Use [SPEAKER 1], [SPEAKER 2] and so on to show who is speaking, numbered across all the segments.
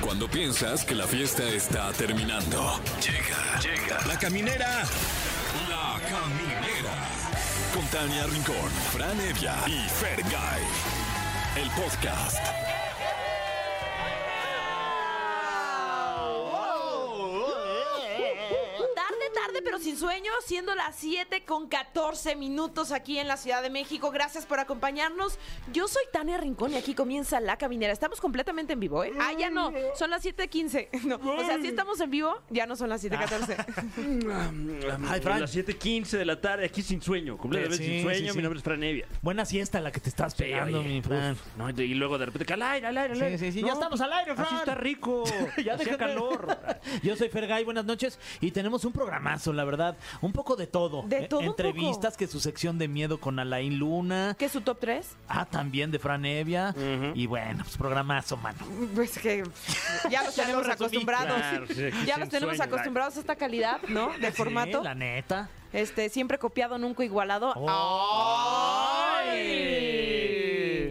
[SPEAKER 1] Cuando piensas que la fiesta está terminando. Llega, llega. La caminera. La caminera. Con Tania Rincón, Fran Evia y Fer El podcast.
[SPEAKER 2] Tarde, tarde, pero sin sueño, siendo las 7 con 14 minutos aquí en la Ciudad de México. Gracias por acompañarnos. Yo soy Tania Rincón y aquí comienza La Caminera. Estamos completamente en vivo, ¿eh? Ah, ya no, son las 7.15. No, o sea, si estamos en vivo, ya no son las 7.14.
[SPEAKER 3] Ay,
[SPEAKER 4] Fran.
[SPEAKER 3] Fran. Las 7:15 de la tarde, aquí sin sueño, completamente
[SPEAKER 4] Sí,
[SPEAKER 3] sin
[SPEAKER 4] sí,
[SPEAKER 3] sueño.
[SPEAKER 4] sí.
[SPEAKER 3] Mi nombre es Fran Evia.
[SPEAKER 4] Buena siesta la que te estás pegando,
[SPEAKER 3] oye,
[SPEAKER 4] mi Fran.
[SPEAKER 3] uf, no, y luego de repente, que al aire, al aire, al
[SPEAKER 4] Sí,
[SPEAKER 3] aire.
[SPEAKER 4] sí, sí,
[SPEAKER 3] No,
[SPEAKER 4] ya estamos al aire,
[SPEAKER 3] Así
[SPEAKER 4] Fran.
[SPEAKER 3] está rico. ya
[SPEAKER 4] dejé
[SPEAKER 3] Hacía calor.
[SPEAKER 4] Yo soy Fergay, buenas noches. Y tenemos un programazo, la verdad. Un poco de todo. Eh,
[SPEAKER 2] De todo un
[SPEAKER 4] Entrevistas,
[SPEAKER 2] poco.
[SPEAKER 4] que su sección de miedo con Alain Luna.
[SPEAKER 2] ¿Qué es su top 3?
[SPEAKER 4] Ah, también de Fran Evia. Y bueno, pues programazo, mano.
[SPEAKER 2] Pues que ya los tenemos
[SPEAKER 4] resumí.
[SPEAKER 2] acostumbrados.
[SPEAKER 3] Claro, sí, aquí
[SPEAKER 2] ya
[SPEAKER 3] sin
[SPEAKER 2] los tenemos
[SPEAKER 3] sueño,
[SPEAKER 2] acostumbrados a esta calidad, ¿no? De formato. Oh,
[SPEAKER 4] Sí, la neta. Oh,
[SPEAKER 2] Este, siempre copiado, nunca igualado.
[SPEAKER 3] Oh.
[SPEAKER 2] ¡Ay!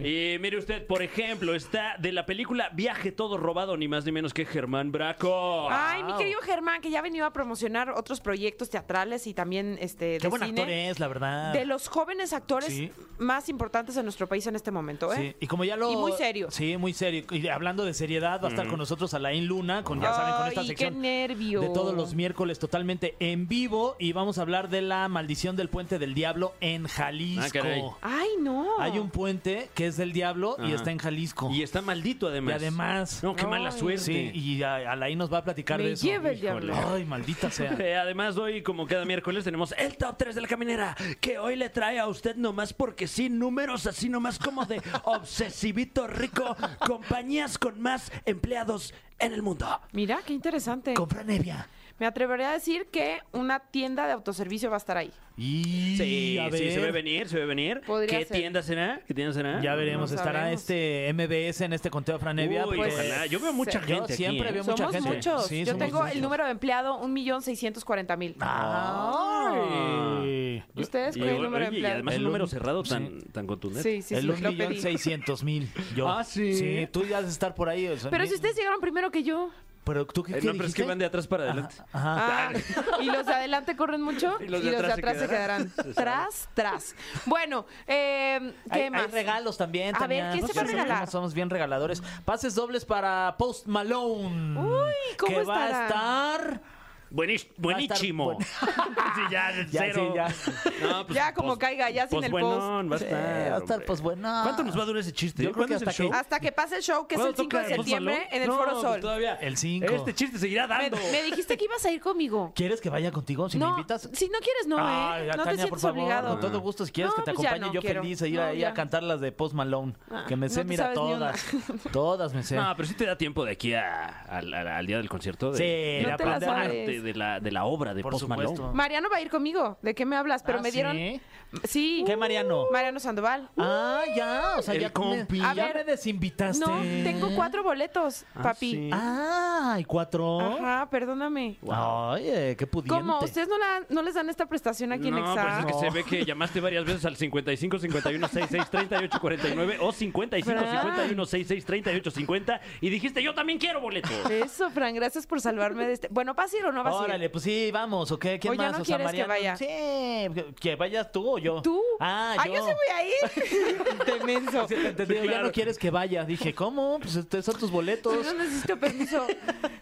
[SPEAKER 3] Y mire usted, por ejemplo, está de la película Viaje Todo Robado, ni más ni menos que Germán Braco.
[SPEAKER 4] Ah.
[SPEAKER 2] Ay, mi querido Germán, que ya ha venido a promocionar otros proyectos teatrales y también este de
[SPEAKER 4] Qué buen
[SPEAKER 2] cine.
[SPEAKER 4] actor es, la verdad.
[SPEAKER 2] De los jóvenes actores
[SPEAKER 4] Sí.
[SPEAKER 2] más importantes en nuestro país en este momento, ¿eh?
[SPEAKER 4] Sí, y como ya lo.
[SPEAKER 2] Y muy serio.
[SPEAKER 4] Sí, muy serio. Y hablando de seriedad, va a estar con nosotros Alain Luna, con ya saben, con esta
[SPEAKER 2] Ay, qué
[SPEAKER 4] sección.
[SPEAKER 2] nervio.
[SPEAKER 4] De todos los miércoles totalmente en vivo. Y vamos a hablar de la maldición del puente del diablo en
[SPEAKER 3] Ah, caray.
[SPEAKER 4] Jalisco.
[SPEAKER 2] Ay, no.
[SPEAKER 4] Hay un puente que es del diablo y
[SPEAKER 3] Ajá.
[SPEAKER 4] está en Jalisco.
[SPEAKER 3] Y está maldito además.
[SPEAKER 4] Y además.
[SPEAKER 3] No, qué mala
[SPEAKER 2] Ay.
[SPEAKER 3] suerte.
[SPEAKER 4] Sí, y a- Alain nos va a platicar
[SPEAKER 2] Me
[SPEAKER 4] de eso.
[SPEAKER 2] lleva el diablo.
[SPEAKER 4] Ay, maldita sea.
[SPEAKER 3] Eh, además, hoy, como cada miércoles, tenemos el top 3 de la caminera, que hoy le trae a usted nomás porque sí, números así nomás como de obsesivito rico, compañías con más empleados en el mundo.
[SPEAKER 2] Mira, qué interesante.
[SPEAKER 4] Con Fran Evia.
[SPEAKER 2] Me atrevería a decir que una tienda de autoservicio va a estar ahí.
[SPEAKER 4] Y
[SPEAKER 3] Sí,
[SPEAKER 4] a
[SPEAKER 3] sí, se ve
[SPEAKER 4] ver.
[SPEAKER 3] venir, se ve venir.
[SPEAKER 2] Podría
[SPEAKER 3] ¿Qué
[SPEAKER 2] ser.
[SPEAKER 3] tienda será? ¿Qué tienda será?
[SPEAKER 4] Ya veremos,
[SPEAKER 2] No
[SPEAKER 4] estará
[SPEAKER 2] sabemos.
[SPEAKER 4] este MBS en este conteo de Fran Evia.
[SPEAKER 3] Uy,
[SPEAKER 4] porque-
[SPEAKER 3] ojalá. Yo veo
[SPEAKER 2] sí.
[SPEAKER 3] mucha
[SPEAKER 4] Yo
[SPEAKER 3] gente. aquí,
[SPEAKER 4] pues, siempre
[SPEAKER 3] ¿eh?
[SPEAKER 4] veo mucha
[SPEAKER 2] somos
[SPEAKER 4] gente.
[SPEAKER 2] muchos.
[SPEAKER 4] Sí,
[SPEAKER 2] Yo
[SPEAKER 4] somos
[SPEAKER 2] tengo el
[SPEAKER 4] muchos. Ah,
[SPEAKER 2] número de empleado 1.640.000. Ah.
[SPEAKER 4] Ay.
[SPEAKER 2] ¿Ustedes
[SPEAKER 3] Ah. Y,
[SPEAKER 2] cuál es el
[SPEAKER 3] oye,
[SPEAKER 2] número de
[SPEAKER 3] y
[SPEAKER 2] empleados?
[SPEAKER 3] además
[SPEAKER 4] El
[SPEAKER 3] un número
[SPEAKER 4] un-
[SPEAKER 3] cerrado
[SPEAKER 4] sí.
[SPEAKER 3] tan, tan contundente.
[SPEAKER 2] Sí, sí, sí,
[SPEAKER 4] el
[SPEAKER 2] lo
[SPEAKER 4] 1 millón
[SPEAKER 2] pedí.
[SPEAKER 4] 600 mil. Yo.
[SPEAKER 3] Ah, sí.
[SPEAKER 4] Sí, tú ya has de estar por ahí. o sea,
[SPEAKER 2] Pero
[SPEAKER 4] ni-
[SPEAKER 2] si ustedes llegaron primero que yo.
[SPEAKER 4] Pero tú qué,
[SPEAKER 3] Eh,
[SPEAKER 4] qué
[SPEAKER 3] no, pero es que
[SPEAKER 4] dijiste?
[SPEAKER 3] van de atrás para adelante.
[SPEAKER 4] Ajá.
[SPEAKER 2] Ah, y los de adelante corren mucho y los de atrás,
[SPEAKER 3] se
[SPEAKER 2] se quedarán.
[SPEAKER 3] quedarán.
[SPEAKER 2] Tras, tras. Bueno, eh,
[SPEAKER 4] Hay,
[SPEAKER 2] ¿qué
[SPEAKER 4] hay
[SPEAKER 2] más?
[SPEAKER 4] regalos también.
[SPEAKER 2] A
[SPEAKER 4] Tania.
[SPEAKER 2] ver, ¿qué se va a
[SPEAKER 4] sé,
[SPEAKER 2] regalar?
[SPEAKER 4] somos- Somos bien regaladores. Pases dobles para Post Malone.
[SPEAKER 2] Uy, ¿cómo
[SPEAKER 4] Que va a
[SPEAKER 2] estará?
[SPEAKER 4] estar.
[SPEAKER 3] Buenis- buenísimo.
[SPEAKER 4] buen-
[SPEAKER 3] sí, ya, de
[SPEAKER 4] Ya,
[SPEAKER 3] cero.
[SPEAKER 4] sí, ya.
[SPEAKER 3] No, pues,
[SPEAKER 2] Ya como caiga, ya sin el
[SPEAKER 3] buenón, Va a
[SPEAKER 4] Sí,
[SPEAKER 3] estar,
[SPEAKER 4] va a estar,
[SPEAKER 3] hombre.
[SPEAKER 4] pues, buenón.
[SPEAKER 3] ¿Cuánto nos va a durar ese chiste?
[SPEAKER 4] Yo creo
[SPEAKER 3] ¿Cuándo
[SPEAKER 4] que
[SPEAKER 3] es el
[SPEAKER 4] hasta que-
[SPEAKER 3] show?
[SPEAKER 2] Hasta que pase el show, que es el
[SPEAKER 3] ¿Cuándo
[SPEAKER 2] 5 de
[SPEAKER 3] toca?
[SPEAKER 2] septiembre en el
[SPEAKER 3] No,
[SPEAKER 2] Foro
[SPEAKER 3] pues,
[SPEAKER 2] Sol.
[SPEAKER 3] todavía.
[SPEAKER 4] El cinco.
[SPEAKER 3] Este chiste seguirá
[SPEAKER 2] me,
[SPEAKER 3] dando.
[SPEAKER 2] me dijiste que ibas a ir conmigo.
[SPEAKER 4] ¿Quieres que vaya contigo? Si
[SPEAKER 2] no,
[SPEAKER 4] me invitas.
[SPEAKER 2] si no quieres, no,
[SPEAKER 4] Ay,
[SPEAKER 2] ¿eh? No te
[SPEAKER 4] Tania, por
[SPEAKER 2] sientas
[SPEAKER 4] favor,
[SPEAKER 2] obligado.
[SPEAKER 4] con todo gusto, si quieres
[SPEAKER 2] No,
[SPEAKER 4] que te
[SPEAKER 2] pues ya
[SPEAKER 4] acompañe,
[SPEAKER 2] no
[SPEAKER 4] yo
[SPEAKER 2] quiero.
[SPEAKER 4] feliz a ir
[SPEAKER 2] No,
[SPEAKER 4] ahí
[SPEAKER 2] ya.
[SPEAKER 4] a cantar las de Post Malone.
[SPEAKER 2] Ah,
[SPEAKER 4] que me
[SPEAKER 2] no
[SPEAKER 4] sé,
[SPEAKER 2] te
[SPEAKER 4] mira,
[SPEAKER 2] sabes ni una.
[SPEAKER 4] todas. Todas me sé.
[SPEAKER 3] No, pero sí te da tiempo de aquí a- al, al- al día del concierto. De,
[SPEAKER 4] Sí,
[SPEAKER 3] de
[SPEAKER 4] No
[SPEAKER 3] la
[SPEAKER 4] te la
[SPEAKER 3] parte
[SPEAKER 2] sabes.
[SPEAKER 3] de la, de la obra de
[SPEAKER 4] Por
[SPEAKER 3] Post Malone.
[SPEAKER 4] supuesto.
[SPEAKER 2] Mariano va a ir conmigo. ¿De qué me hablas? Pero
[SPEAKER 4] Ah,
[SPEAKER 2] me dieron.
[SPEAKER 4] ¿sí?
[SPEAKER 2] Sí. Uh,
[SPEAKER 4] ¿Qué Mariano?
[SPEAKER 2] Mariano Sandoval.
[SPEAKER 4] Ah, ya, o sea,
[SPEAKER 3] El
[SPEAKER 4] ya,
[SPEAKER 3] compi.
[SPEAKER 4] Me,
[SPEAKER 2] A
[SPEAKER 4] ya
[SPEAKER 2] ver,
[SPEAKER 4] me desinvitaste.
[SPEAKER 2] No, tengo cuatro boletos, papi.
[SPEAKER 3] sí.
[SPEAKER 4] Ah, ¿y cuatro?
[SPEAKER 2] Ajá, perdóname.
[SPEAKER 4] Oye, eh, qué pudiente.
[SPEAKER 2] ¿Cómo? ¿Ustedes no, la- no les dan esta prestación aquí en
[SPEAKER 3] No,
[SPEAKER 2] Exa?
[SPEAKER 3] pues es que se ve que llamaste varias veces al 55 51 66 38 49 o 55 51 66 38 50 y dijiste yo también quiero boleto.
[SPEAKER 2] Eso, Fran, gracias por salvarme de este. Bueno, ¿vas a ir o no vas a
[SPEAKER 4] Órale,
[SPEAKER 2] ir?
[SPEAKER 4] pues sí, vamos, ¿o qué? ¿Quién
[SPEAKER 2] O ya
[SPEAKER 4] más?
[SPEAKER 2] Pues no
[SPEAKER 4] o sea,
[SPEAKER 2] quieres que vaya.
[SPEAKER 4] Mariano. Sí, que- que vayas tú o yo.
[SPEAKER 2] ¿Tú?
[SPEAKER 4] Ah,
[SPEAKER 2] Ay,
[SPEAKER 4] yo.
[SPEAKER 2] yo sí voy a ir. Demenso.
[SPEAKER 4] Sí, te entendí,
[SPEAKER 3] Sí,
[SPEAKER 4] ya
[SPEAKER 3] claro.
[SPEAKER 4] no quieres que vaya. Dije, ¿cómo? Pues estos son tus boletos.
[SPEAKER 2] No necesito permiso.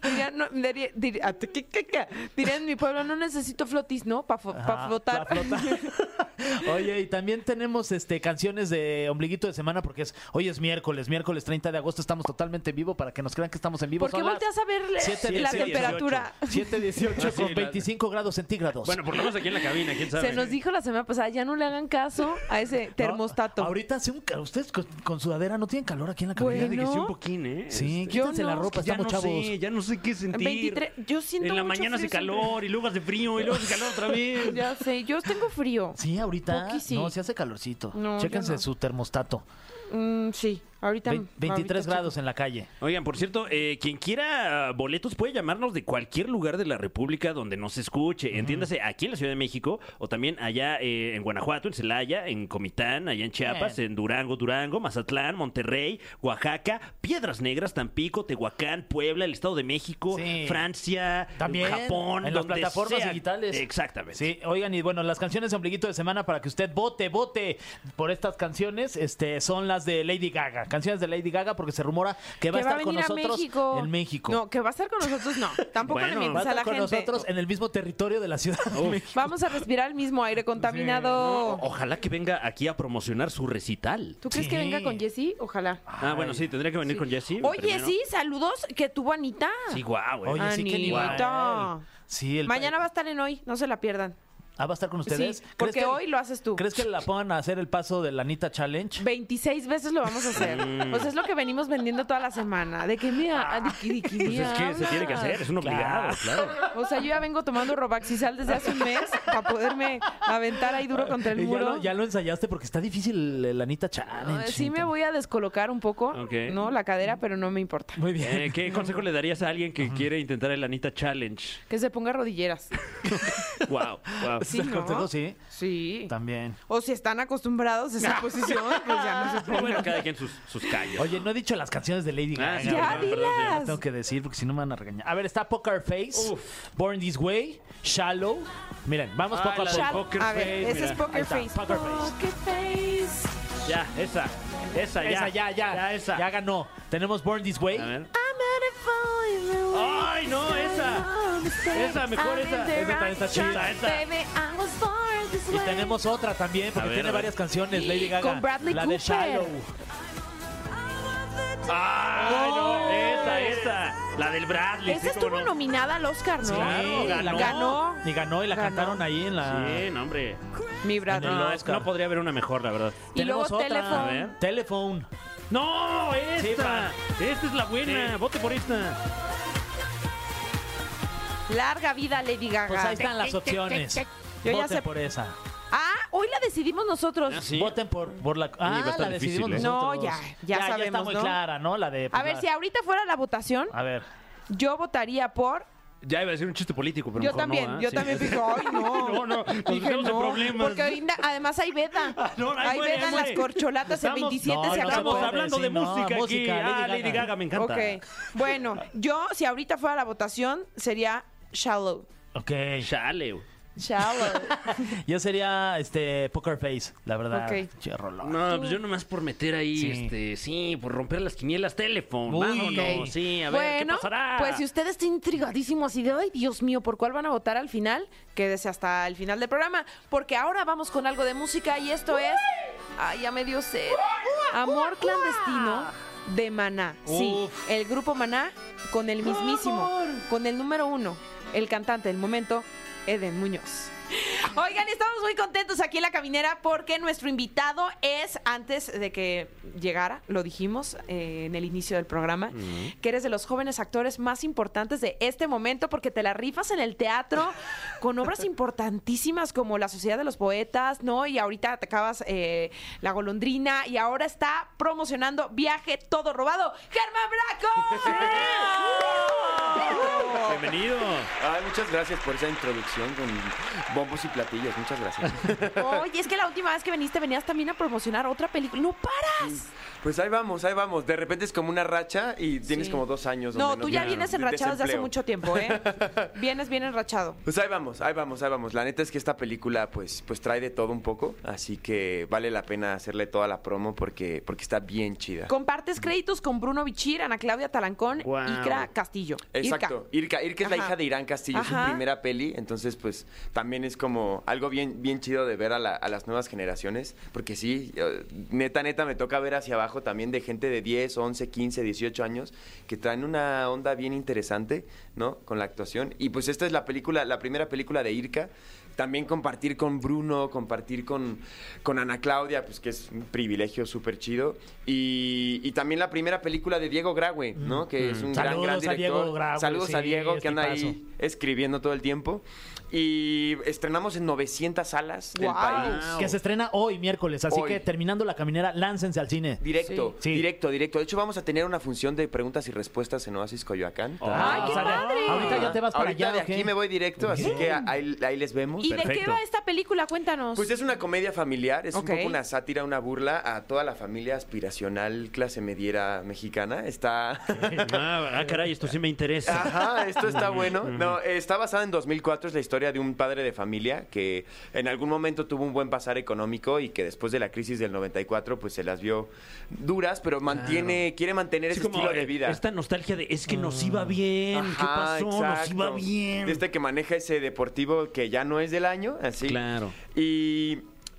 [SPEAKER 2] Diría, no, diría- dir- a- que- que- que- diría en mi pueblo, no necesito flotis, ¿no? Para
[SPEAKER 4] Ajá,
[SPEAKER 2] flotar.
[SPEAKER 4] pa' flotar. Oye, y también tenemos este canciones de ombliguito de semana porque es hoy es miércoles, miércoles 30 de agosto estamos totalmente en vivo para que nos crean que estamos en vivo.
[SPEAKER 2] ¿Por qué
[SPEAKER 4] Son las
[SPEAKER 2] volteas a ver la-
[SPEAKER 4] siete,
[SPEAKER 2] la
[SPEAKER 4] dieciocho.
[SPEAKER 2] temperatura?
[SPEAKER 4] 7, 18
[SPEAKER 3] Ah, sí,
[SPEAKER 4] con
[SPEAKER 3] la-
[SPEAKER 4] 25 grados centígrados.
[SPEAKER 3] Bueno, por lo menos aquí en la cabina, quién sabe.
[SPEAKER 2] Se nos dijo la semana pasada, ya no le hagan caso a ese
[SPEAKER 4] No,
[SPEAKER 2] termostato.
[SPEAKER 4] Ah, ahorita hace un ca- ustedes con, con sudadera no tienen calor aquí en la
[SPEAKER 2] Bueno.
[SPEAKER 4] cabina.
[SPEAKER 3] Fíjate que sí, un poquín, ¿eh?
[SPEAKER 4] Sí,
[SPEAKER 3] Este,
[SPEAKER 4] quítense
[SPEAKER 2] yo
[SPEAKER 4] la
[SPEAKER 2] no,
[SPEAKER 4] ropa,
[SPEAKER 3] ya
[SPEAKER 4] estamos
[SPEAKER 3] no
[SPEAKER 4] chavos.
[SPEAKER 3] sé, ya no sé qué sentir.
[SPEAKER 2] 23, yo siento
[SPEAKER 3] En la
[SPEAKER 2] mucho
[SPEAKER 3] mañana
[SPEAKER 2] frío
[SPEAKER 3] hace
[SPEAKER 2] siempre.
[SPEAKER 3] calor y luego hace frío y luego hace calor otra vez.
[SPEAKER 2] Ya sé, yo tengo frío.
[SPEAKER 4] Sí, ahorita
[SPEAKER 2] Poqui sí.
[SPEAKER 4] no, se hace calorcito.
[SPEAKER 2] No, yo
[SPEAKER 4] Chéquense
[SPEAKER 2] no.
[SPEAKER 4] su termostato.
[SPEAKER 2] Mm, sí. Ahorita.
[SPEAKER 4] Vein- 23
[SPEAKER 2] ahorita
[SPEAKER 4] grados en la calle.
[SPEAKER 3] Oigan, por cierto, eh, quien quiera boletos puede llamarnos de cualquier lugar de la República donde nos escuche. Entiéndase, aquí en la Ciudad de México o también allá eh, en Guanajuato, en Celaya, en Comitán, allá en Chiapas,
[SPEAKER 4] Bien.
[SPEAKER 3] en Durango, Durango, Mazatlán, Monterrey, Oaxaca, Piedras Negras, Tampico, Tehuacán, Puebla, el Estado de México,
[SPEAKER 4] Sí.
[SPEAKER 3] Francia,
[SPEAKER 4] También,
[SPEAKER 3] Japón,
[SPEAKER 4] en las
[SPEAKER 3] donde
[SPEAKER 4] plataformas
[SPEAKER 3] sea.
[SPEAKER 4] digitales.
[SPEAKER 3] Exactamente.
[SPEAKER 4] Sí, oigan, y bueno, las canciones de ombliguito de semana para que usted vote, vote por estas canciones, este, son las de Lady Gaga. Canciones de Lady Gaga porque se rumora que va a
[SPEAKER 2] que
[SPEAKER 4] estar con
[SPEAKER 2] venir a
[SPEAKER 4] nosotros
[SPEAKER 2] México.
[SPEAKER 4] en México.
[SPEAKER 2] No, que va a estar con nosotros, no. Tampoco
[SPEAKER 3] Bueno,
[SPEAKER 2] le
[SPEAKER 4] va a
[SPEAKER 2] mientas a
[SPEAKER 4] estar
[SPEAKER 2] la
[SPEAKER 4] con
[SPEAKER 2] gente.
[SPEAKER 4] nosotros en el mismo territorio de la ciudad. de México.
[SPEAKER 2] Vamos a respirar el mismo aire contaminado.
[SPEAKER 3] Ojalá que venga aquí a promocionar su recital.
[SPEAKER 2] ¿Tú crees que
[SPEAKER 4] Sí.
[SPEAKER 2] venga con Jessy? Ojalá.
[SPEAKER 3] Ah, bueno, sí, tendría que venir con Jessy.
[SPEAKER 2] Oye,
[SPEAKER 3] primero.
[SPEAKER 2] sí, saludos que tuvo Anita.
[SPEAKER 3] Sí, guau, eh.
[SPEAKER 4] Oye, sí, qué nivel.
[SPEAKER 2] Anita.
[SPEAKER 4] Sí, el-
[SPEAKER 2] Mañana va a estar en hoy, no se la pierdan.
[SPEAKER 4] Ah, va a estar con ustedes.
[SPEAKER 2] Sí,
[SPEAKER 4] ¿Crees
[SPEAKER 2] porque
[SPEAKER 4] que-
[SPEAKER 2] hoy lo haces tú.
[SPEAKER 4] ¿Crees que la pongan a hacer el paso de la Anita Challenge?
[SPEAKER 2] 26 veces lo vamos a hacer. Pues es lo que venimos vendiendo toda la semana. De que mira, ah, de que- de que
[SPEAKER 3] Pues
[SPEAKER 2] mira,
[SPEAKER 3] es que se tiene que
[SPEAKER 2] hablas.
[SPEAKER 3] hacer, es un obligado, claro.
[SPEAKER 2] O sea, yo ya vengo tomando Robaxisal desde hace un mes para poderme aventar ahí duro contra el
[SPEAKER 4] Y ya,
[SPEAKER 2] muro.
[SPEAKER 4] lo, ya lo ensayaste porque está difícil la Anita Challenge.
[SPEAKER 2] Ah, Sí me voy a descolocar un poco,
[SPEAKER 3] Ok.
[SPEAKER 2] ¿no? La cadera, pero no me importa.
[SPEAKER 4] Muy bien.
[SPEAKER 3] Eh, ¿Qué consejo le darías a alguien que quiere intentar el Anita Challenge?
[SPEAKER 2] Que se ponga rodilleras.
[SPEAKER 3] Wow, wow.
[SPEAKER 2] Sí,
[SPEAKER 4] el
[SPEAKER 2] ¿no?
[SPEAKER 4] consejo, sí.
[SPEAKER 2] Sí.
[SPEAKER 4] También.
[SPEAKER 2] O si están acostumbrados a esa posición, pues ya no se pongan.
[SPEAKER 3] Bueno, cada quien sus, sus calles.
[SPEAKER 4] Oye, no he dicho las canciones de Lady
[SPEAKER 3] Ah,
[SPEAKER 4] Gaga.
[SPEAKER 3] sí,
[SPEAKER 2] Ya,
[SPEAKER 4] ¿verdad?
[SPEAKER 3] perdón, perdón,
[SPEAKER 2] dilas.
[SPEAKER 3] sí.
[SPEAKER 4] Las tengo que decir porque si no me van a regañar. A ver, está Poker Face, Born This Way, Shallow. Miren, vamos
[SPEAKER 3] Ah,
[SPEAKER 4] poco a
[SPEAKER 3] la de
[SPEAKER 4] poco.
[SPEAKER 3] Poker
[SPEAKER 2] a ver,
[SPEAKER 3] Face,
[SPEAKER 2] ese es
[SPEAKER 3] mira.
[SPEAKER 2] Poker
[SPEAKER 4] Ahí
[SPEAKER 2] Face.
[SPEAKER 4] está, Poker Face.
[SPEAKER 2] Poker Face.
[SPEAKER 3] Ya, esa. Esa, ya.
[SPEAKER 4] Esa ya, ya,
[SPEAKER 3] Ya, esa.
[SPEAKER 4] ya ganó. Tenemos Born This Way.
[SPEAKER 3] A ver.
[SPEAKER 2] I'm gonna fall in love.
[SPEAKER 3] ¡Ay, no, esa! Esa, mejor esa.
[SPEAKER 4] Esa también está chida,
[SPEAKER 3] esa.
[SPEAKER 4] Y tenemos otra también porque
[SPEAKER 3] A ver,
[SPEAKER 4] tiene
[SPEAKER 3] a ver.
[SPEAKER 4] varias canciones Lady Gaga.
[SPEAKER 2] Con Bradley
[SPEAKER 4] la de
[SPEAKER 2] Cooper.
[SPEAKER 4] Shallow.
[SPEAKER 3] ¡Ay, no! Esa, esa. La del Bradley.
[SPEAKER 2] Esa
[SPEAKER 3] sí, cómo
[SPEAKER 2] estuvo
[SPEAKER 3] no.
[SPEAKER 2] nominada al Oscar, ¿no?
[SPEAKER 3] Claro,
[SPEAKER 4] Sí,
[SPEAKER 3] ganó.
[SPEAKER 2] Ganó
[SPEAKER 4] Y ganó y la
[SPEAKER 2] Ganó.
[SPEAKER 4] cantaron ahí en la
[SPEAKER 3] Sí, no, hombre.
[SPEAKER 2] mi Bradley.
[SPEAKER 3] No, es que
[SPEAKER 4] Oscar.
[SPEAKER 3] no podría haber una mejor, la verdad.
[SPEAKER 2] Y luego
[SPEAKER 4] Tenemos otra.
[SPEAKER 2] Telephone.
[SPEAKER 3] A ver.
[SPEAKER 4] Telephone.
[SPEAKER 3] ¡No!
[SPEAKER 4] Sí,
[SPEAKER 3] ¡Esta!
[SPEAKER 4] va.
[SPEAKER 3] ¡Esta es la buena! ¡Vote por esta!
[SPEAKER 2] Larga vida Lady Gaga.
[SPEAKER 4] Pues ahí están las opciones.
[SPEAKER 2] Yo ya
[SPEAKER 4] Voten
[SPEAKER 2] sé-
[SPEAKER 4] por esa.
[SPEAKER 2] Ah, hoy la decidimos nosotros.
[SPEAKER 3] Ah, sí.
[SPEAKER 4] Voten por, por la. Ah,
[SPEAKER 3] va a estar
[SPEAKER 4] la decidimos
[SPEAKER 3] difícil, ¿eh?
[SPEAKER 2] No,
[SPEAKER 4] nosotros.
[SPEAKER 2] ya, ya
[SPEAKER 4] está
[SPEAKER 2] sabemos,
[SPEAKER 4] muy
[SPEAKER 2] ¿no?
[SPEAKER 4] clara, ¿no? La de.
[SPEAKER 2] A ver,
[SPEAKER 4] la-
[SPEAKER 2] si ahorita fuera la votación,
[SPEAKER 3] Ah.
[SPEAKER 4] A ver.
[SPEAKER 2] yo votaría por.
[SPEAKER 3] Ya iba a decir un chiste político, pero
[SPEAKER 2] yo
[SPEAKER 3] mejor
[SPEAKER 2] también,
[SPEAKER 3] no, ¿ah?
[SPEAKER 2] yo
[SPEAKER 3] Sí.
[SPEAKER 2] también dije, ay, no.
[SPEAKER 3] No, no, nos
[SPEAKER 2] Dije,
[SPEAKER 3] metemos en
[SPEAKER 2] no,
[SPEAKER 3] problemas. Ah,
[SPEAKER 2] Porque ahorita, además hay veda.
[SPEAKER 3] no, ahí
[SPEAKER 2] hay
[SPEAKER 3] muere,
[SPEAKER 2] veda en
[SPEAKER 3] muere.
[SPEAKER 2] las corcholatas
[SPEAKER 3] Estamos-
[SPEAKER 2] el 27
[SPEAKER 4] no,
[SPEAKER 2] se
[SPEAKER 4] no se
[SPEAKER 2] acabó.
[SPEAKER 3] Estamos
[SPEAKER 4] puede,
[SPEAKER 3] hablando
[SPEAKER 4] sí,
[SPEAKER 3] de
[SPEAKER 4] no,
[SPEAKER 3] música, aquí.
[SPEAKER 4] música,
[SPEAKER 3] Ah,
[SPEAKER 4] Lady
[SPEAKER 3] Lady
[SPEAKER 4] Gaga.
[SPEAKER 3] Gaga, me encanta.
[SPEAKER 2] Ok. Bueno, yo, si ahorita fuera la votación, sería Shallow.
[SPEAKER 4] Ok.
[SPEAKER 3] Chale. güey.
[SPEAKER 2] Shallow.
[SPEAKER 4] Yo sería este Poker Face, la verdad.
[SPEAKER 2] Ok.
[SPEAKER 4] Che, rolón.
[SPEAKER 3] No, pues yo nomás por meter ahí,
[SPEAKER 4] Sí.
[SPEAKER 3] este, sí, por romper las quinielas, teléfono.
[SPEAKER 4] Uy.
[SPEAKER 3] Vámonos,
[SPEAKER 4] Ok.
[SPEAKER 3] sí, a ver
[SPEAKER 2] bueno,
[SPEAKER 3] qué pasará.
[SPEAKER 2] pues si usted está intrigadísimo así de, ay, Dios mío, ¿por cuál van a votar al final? Quédese hasta el final del programa, porque ahora vamos con algo de música y esto es, ay, ya me dio sed, Amor Clandestino de Maná. Sí,
[SPEAKER 4] Uf.
[SPEAKER 2] el grupo Maná con el mismísimo, con el número uno, el cantante del momento, Eden Muñoz. Oigan, estamos muy contentos aquí en la caminera porque nuestro invitado es, antes de que llegara, lo dijimos eh, en el inicio del programa, que eres de los jóvenes actores más importantes de este momento porque te la rifas en el teatro con obras importantísimas como La Sociedad de los Poetas, ¿no? Y ahorita te acabas eh, La Golondrina y ahora está promocionando Viaje Todo Robado. ¡Germán Braco!
[SPEAKER 3] Bienvenido.
[SPEAKER 5] Ay, muchas gracias por esa introducción con bombos y platillos. Muchas gracias.
[SPEAKER 2] Oye, es que la última vez que viniste venías también a promocionar otra película. ¡No paras!
[SPEAKER 5] Pues ahí vamos, ahí vamos. De repente es como una racha y tienes
[SPEAKER 2] Sí.
[SPEAKER 5] como dos años. o
[SPEAKER 2] No,
[SPEAKER 5] menos
[SPEAKER 2] tú ya
[SPEAKER 5] de-
[SPEAKER 2] vienes
[SPEAKER 5] de
[SPEAKER 2] enrachado desde hace
[SPEAKER 5] desempleo.
[SPEAKER 2] mucho tiempo, ¿eh? Vienes bien enrachado.
[SPEAKER 5] Pues ahí vamos, ahí vamos, ahí vamos. La neta es que esta película pues, pues trae de todo un poco, así que vale la pena hacerle toda la promo porque, porque está bien chida.
[SPEAKER 2] Compartes créditos con Bruno Bichir, Ana Claudia Talancón,
[SPEAKER 3] Guau.
[SPEAKER 2] Icra Castillo.
[SPEAKER 5] Exacto. Irka, Irka, es la
[SPEAKER 2] Ajá.
[SPEAKER 5] hija de Irán Castillo, es su
[SPEAKER 2] Ajá.
[SPEAKER 5] primera peli, entonces pues también es como algo bien, bien chido de ver a, la- a las nuevas generaciones, porque sí, eh, neta, neta, me toca ver hacia abajo también de gente de 10, 11, 15, 18 años que traen una onda bien interesante, ¿no? Con la actuación. Y pues esta es la película, la primera película de Irka también compartir con Bruno, compartir con, con Ana Claudia, pues que es un privilegio súper chido. Y, y también la primera película de Diego Graue, ¿no? Que es un gran,
[SPEAKER 4] Saludos
[SPEAKER 5] gran
[SPEAKER 4] a
[SPEAKER 5] director.
[SPEAKER 4] Diego Graue,
[SPEAKER 5] Saludos a
[SPEAKER 4] sí,
[SPEAKER 5] Diego,
[SPEAKER 4] es
[SPEAKER 5] que anda
[SPEAKER 4] tipazo.
[SPEAKER 5] ahí escribiendo todo el tiempo. Y estrenamos en 900 salas del
[SPEAKER 2] Wow.
[SPEAKER 5] país.
[SPEAKER 4] Que se estrena hoy, miércoles. Así
[SPEAKER 5] Hoy.
[SPEAKER 4] que terminando la caminera, láncense al cine.
[SPEAKER 5] Directo,
[SPEAKER 4] Sí. Sí.
[SPEAKER 5] directo, directo. De hecho, vamos a tener una función de preguntas y respuestas en Oasis Coyoacán.
[SPEAKER 2] ¡Ay, qué
[SPEAKER 4] sale.
[SPEAKER 2] padre!
[SPEAKER 4] Ah. Ahorita ya te vas para
[SPEAKER 5] Ahorita
[SPEAKER 4] allá.
[SPEAKER 5] de
[SPEAKER 4] ¿o qué?
[SPEAKER 5] aquí me voy directo, así
[SPEAKER 4] Bien.
[SPEAKER 5] que ahí, ahí les vemos.
[SPEAKER 2] ¿Y de qué
[SPEAKER 3] Perfecto.
[SPEAKER 2] va esta película? Cuéntanos.
[SPEAKER 5] Pues es una comedia familiar, es
[SPEAKER 2] Ok.
[SPEAKER 5] un poco una sátira, una burla a toda la familia aspiracional clase mediera mexicana. Está...
[SPEAKER 3] Ah, ah, caray, esto sí me interesa.
[SPEAKER 5] Ajá, esto está bueno. No, eh, está basada en 2004, es la historia de un padre de familia que en algún momento tuvo un buen pasar económico y que después de la crisis del 94 pues se las vio duras, pero mantiene, quiere mantener
[SPEAKER 3] Sí,
[SPEAKER 5] ese
[SPEAKER 3] como,
[SPEAKER 5] estilo de
[SPEAKER 3] eh,
[SPEAKER 5] vida.
[SPEAKER 3] Esta nostalgia de es que nos iba bien,
[SPEAKER 5] Ajá,
[SPEAKER 3] ¿qué pasó? Nos
[SPEAKER 5] exacto.
[SPEAKER 3] iba bien.
[SPEAKER 5] Este que maneja ese deportivo que ya no es del año, así.
[SPEAKER 3] Claro.
[SPEAKER 5] Y,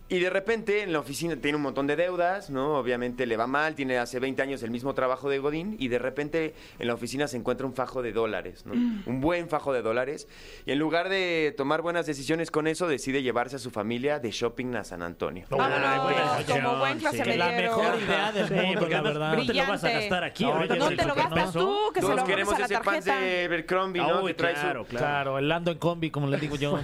[SPEAKER 5] y de repente en la oficina tiene un montón de deudas, ¿no? Obviamente le va mal, tiene hace 20 años el mismo trabajo de Godín y de repente en la oficina se encuentra un fajo de dólares, ¿no?
[SPEAKER 2] Mm.
[SPEAKER 5] Un buen fajo de dólares. Y en lugar de tomar buenas decisiones con eso, decide llevarse a su familia de shopping a San Antonio.
[SPEAKER 4] Oh,
[SPEAKER 2] Vámonos,
[SPEAKER 4] buena
[SPEAKER 2] como buen clase
[SPEAKER 4] sí. Que la
[SPEAKER 2] mediero.
[SPEAKER 4] mejor idea del
[SPEAKER 3] Sí,
[SPEAKER 4] mundo,
[SPEAKER 3] porque
[SPEAKER 4] la
[SPEAKER 3] además
[SPEAKER 4] verdad.
[SPEAKER 3] no te lo vas a
[SPEAKER 2] Brillante.
[SPEAKER 3] gastar aquí.
[SPEAKER 4] No,
[SPEAKER 3] ahorita
[SPEAKER 4] no
[SPEAKER 3] en el
[SPEAKER 4] te lo
[SPEAKER 3] supermercado.
[SPEAKER 4] gastas tú,
[SPEAKER 2] que se
[SPEAKER 5] Todos
[SPEAKER 2] lo
[SPEAKER 5] queremos
[SPEAKER 2] vamos a la
[SPEAKER 5] ese pan
[SPEAKER 2] tarjeta.
[SPEAKER 5] de Abercrombie, ¿no?
[SPEAKER 3] Uy,
[SPEAKER 5] que trae su-
[SPEAKER 3] claro,
[SPEAKER 4] Claro, Claro, el ando en combi, como le digo yo.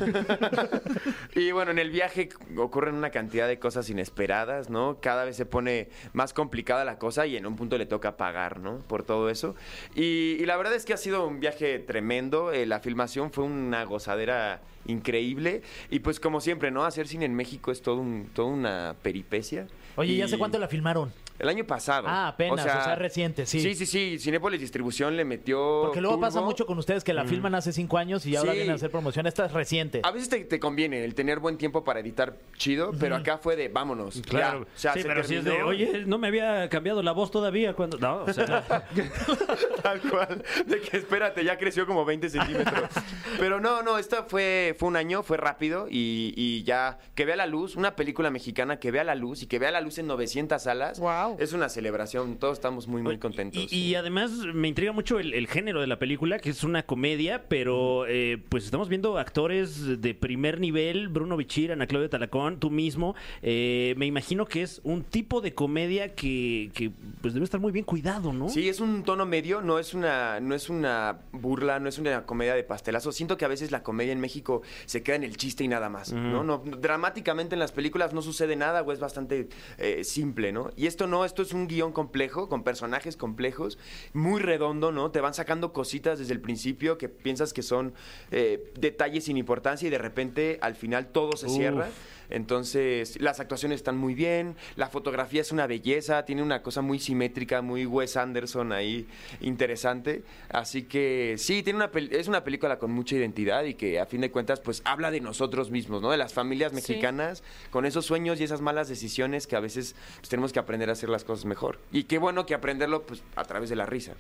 [SPEAKER 5] Y bueno, en el viaje ocurren una cantidad de cosas inesperadas, ¿no? Cada vez se pone más complicada la cosa y en un punto le toca pagar, ¿no? Por todo eso. Y, y la verdad es que ha sido un viaje tremendo. Eh, la filmación fue una gozadera increíble. Y pues como siempre, ¿no? Hacer cine en México es todo un, toda una peripecia.
[SPEAKER 4] Oye, ¿ya hace
[SPEAKER 5] Y-
[SPEAKER 4] cuánto la filmaron?
[SPEAKER 5] El año pasado.
[SPEAKER 4] Ah, apenas, o sea, reciente, sí.
[SPEAKER 5] Sí, sí, sí. Cinépolis Distribución le metió
[SPEAKER 4] Porque luego pasa
[SPEAKER 5] turbo.
[SPEAKER 4] mucho con ustedes que la filman hace cinco años y ahora
[SPEAKER 5] Mm. Sí.
[SPEAKER 4] vienen a hacer promoción. Esta es reciente.
[SPEAKER 5] A veces te, te conviene el tener buen tiempo para editar chido, pero acá fue de vámonos.
[SPEAKER 3] Claro,
[SPEAKER 5] ya. O sea,
[SPEAKER 3] sí,
[SPEAKER 5] se
[SPEAKER 3] pero si es de,
[SPEAKER 5] terminó.
[SPEAKER 3] oye, no me había cambiado la voz todavía cuando... No, o sea,
[SPEAKER 5] Tal cual. De que espérate, ya creció como 20 centímetros. Pero no, no, esta fue, fue un año, fue rápido y, y ya que vea la luz, una película mexicana que vea la luz y que vea la luz en 900 salas.
[SPEAKER 2] Guau.
[SPEAKER 5] Es una celebración, todos estamos muy, muy contentos.
[SPEAKER 3] Y, y además me intriga mucho el, el género de la película, que es una comedia, pero eh, pues estamos viendo actores de primer nivel, Bruno Bichir, Ana Claudia Talacón, tú mismo. Eh, me imagino que es un tipo de comedia que, que, pues debe estar muy bien cuidado, ¿no?
[SPEAKER 5] Sí, es un tono medio, no es una, no es una burla, no es una comedia de pastelazo. Siento que a veces la comedia en México se queda en el chiste y nada más, ¿no? No, Dramáticamente en las películas no sucede nada o es bastante eh, simple, ¿no? Y esto no, esto es un guión complejo, con personajes complejos, muy redondo, ¿no? Te van sacando cositas desde el principio que piensas que son eh, detalles sin importancia y de repente al final todo se
[SPEAKER 3] Uf.
[SPEAKER 5] cierra. Entonces, las actuaciones están muy bien, la fotografía es una belleza, tiene una cosa muy simétrica, muy Wes Anderson ahí, interesante. Así que sí, tiene una pel- es una película con mucha identidad y que a fin de cuentas pues habla de nosotros mismos, ¿no? De las familias mexicanas con esos sueños y esas malas decisiones que a veces pues, tenemos que aprender a hacer las cosas mejor. Y qué bueno que aprenderlo pues a través de la risa.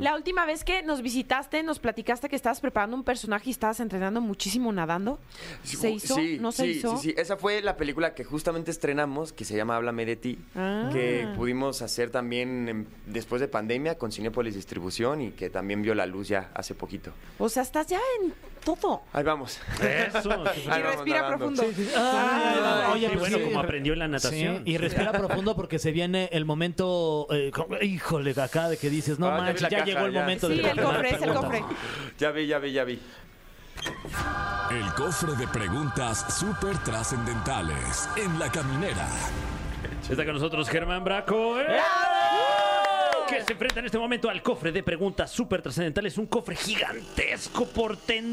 [SPEAKER 2] La última vez que nos visitaste, nos platicaste que estabas preparando un personaje y estabas entrenando muchísimo nadando. ¿Se hizo?
[SPEAKER 5] Oh, Sí,
[SPEAKER 2] ¿No se
[SPEAKER 5] sí,
[SPEAKER 2] hizo?
[SPEAKER 5] Sí, sí, esa fue la película que justamente estrenamos, que se llama Háblame de ti,
[SPEAKER 2] Ah.
[SPEAKER 5] que pudimos hacer también em, después de pandemia con Cinepolis Distribución y que también vio la luz ya hace poquito.
[SPEAKER 2] O sea, estás ya en todo.
[SPEAKER 5] Ahí vamos.
[SPEAKER 3] Eso.
[SPEAKER 2] Y
[SPEAKER 5] Ahí vamos
[SPEAKER 2] respira
[SPEAKER 5] nadando.
[SPEAKER 2] profundo.
[SPEAKER 4] Ah,
[SPEAKER 3] Oye,
[SPEAKER 4] pues
[SPEAKER 3] bueno,
[SPEAKER 4] sí.
[SPEAKER 3] como aprendió en la
[SPEAKER 4] Sí,
[SPEAKER 3] natación.
[SPEAKER 4] y respira profundo porque se viene el momento, eh, como- híjole, de acá de que dices, no
[SPEAKER 5] Ah, ya vi
[SPEAKER 4] manches, ya
[SPEAKER 5] la caja,
[SPEAKER 4] llegó el
[SPEAKER 5] ya.
[SPEAKER 4] momento
[SPEAKER 2] Sí,
[SPEAKER 4] de
[SPEAKER 2] el cofre, es el cofre.
[SPEAKER 5] Ya vi, ya vi, ya vi.
[SPEAKER 1] El cofre de preguntas súper trascendentales en la caminera.
[SPEAKER 3] Está con nosotros Germán Braco. ¡eh! Que se enfrenta en este momento al cofre de preguntas súper trascendentales. Un cofre gigantesco,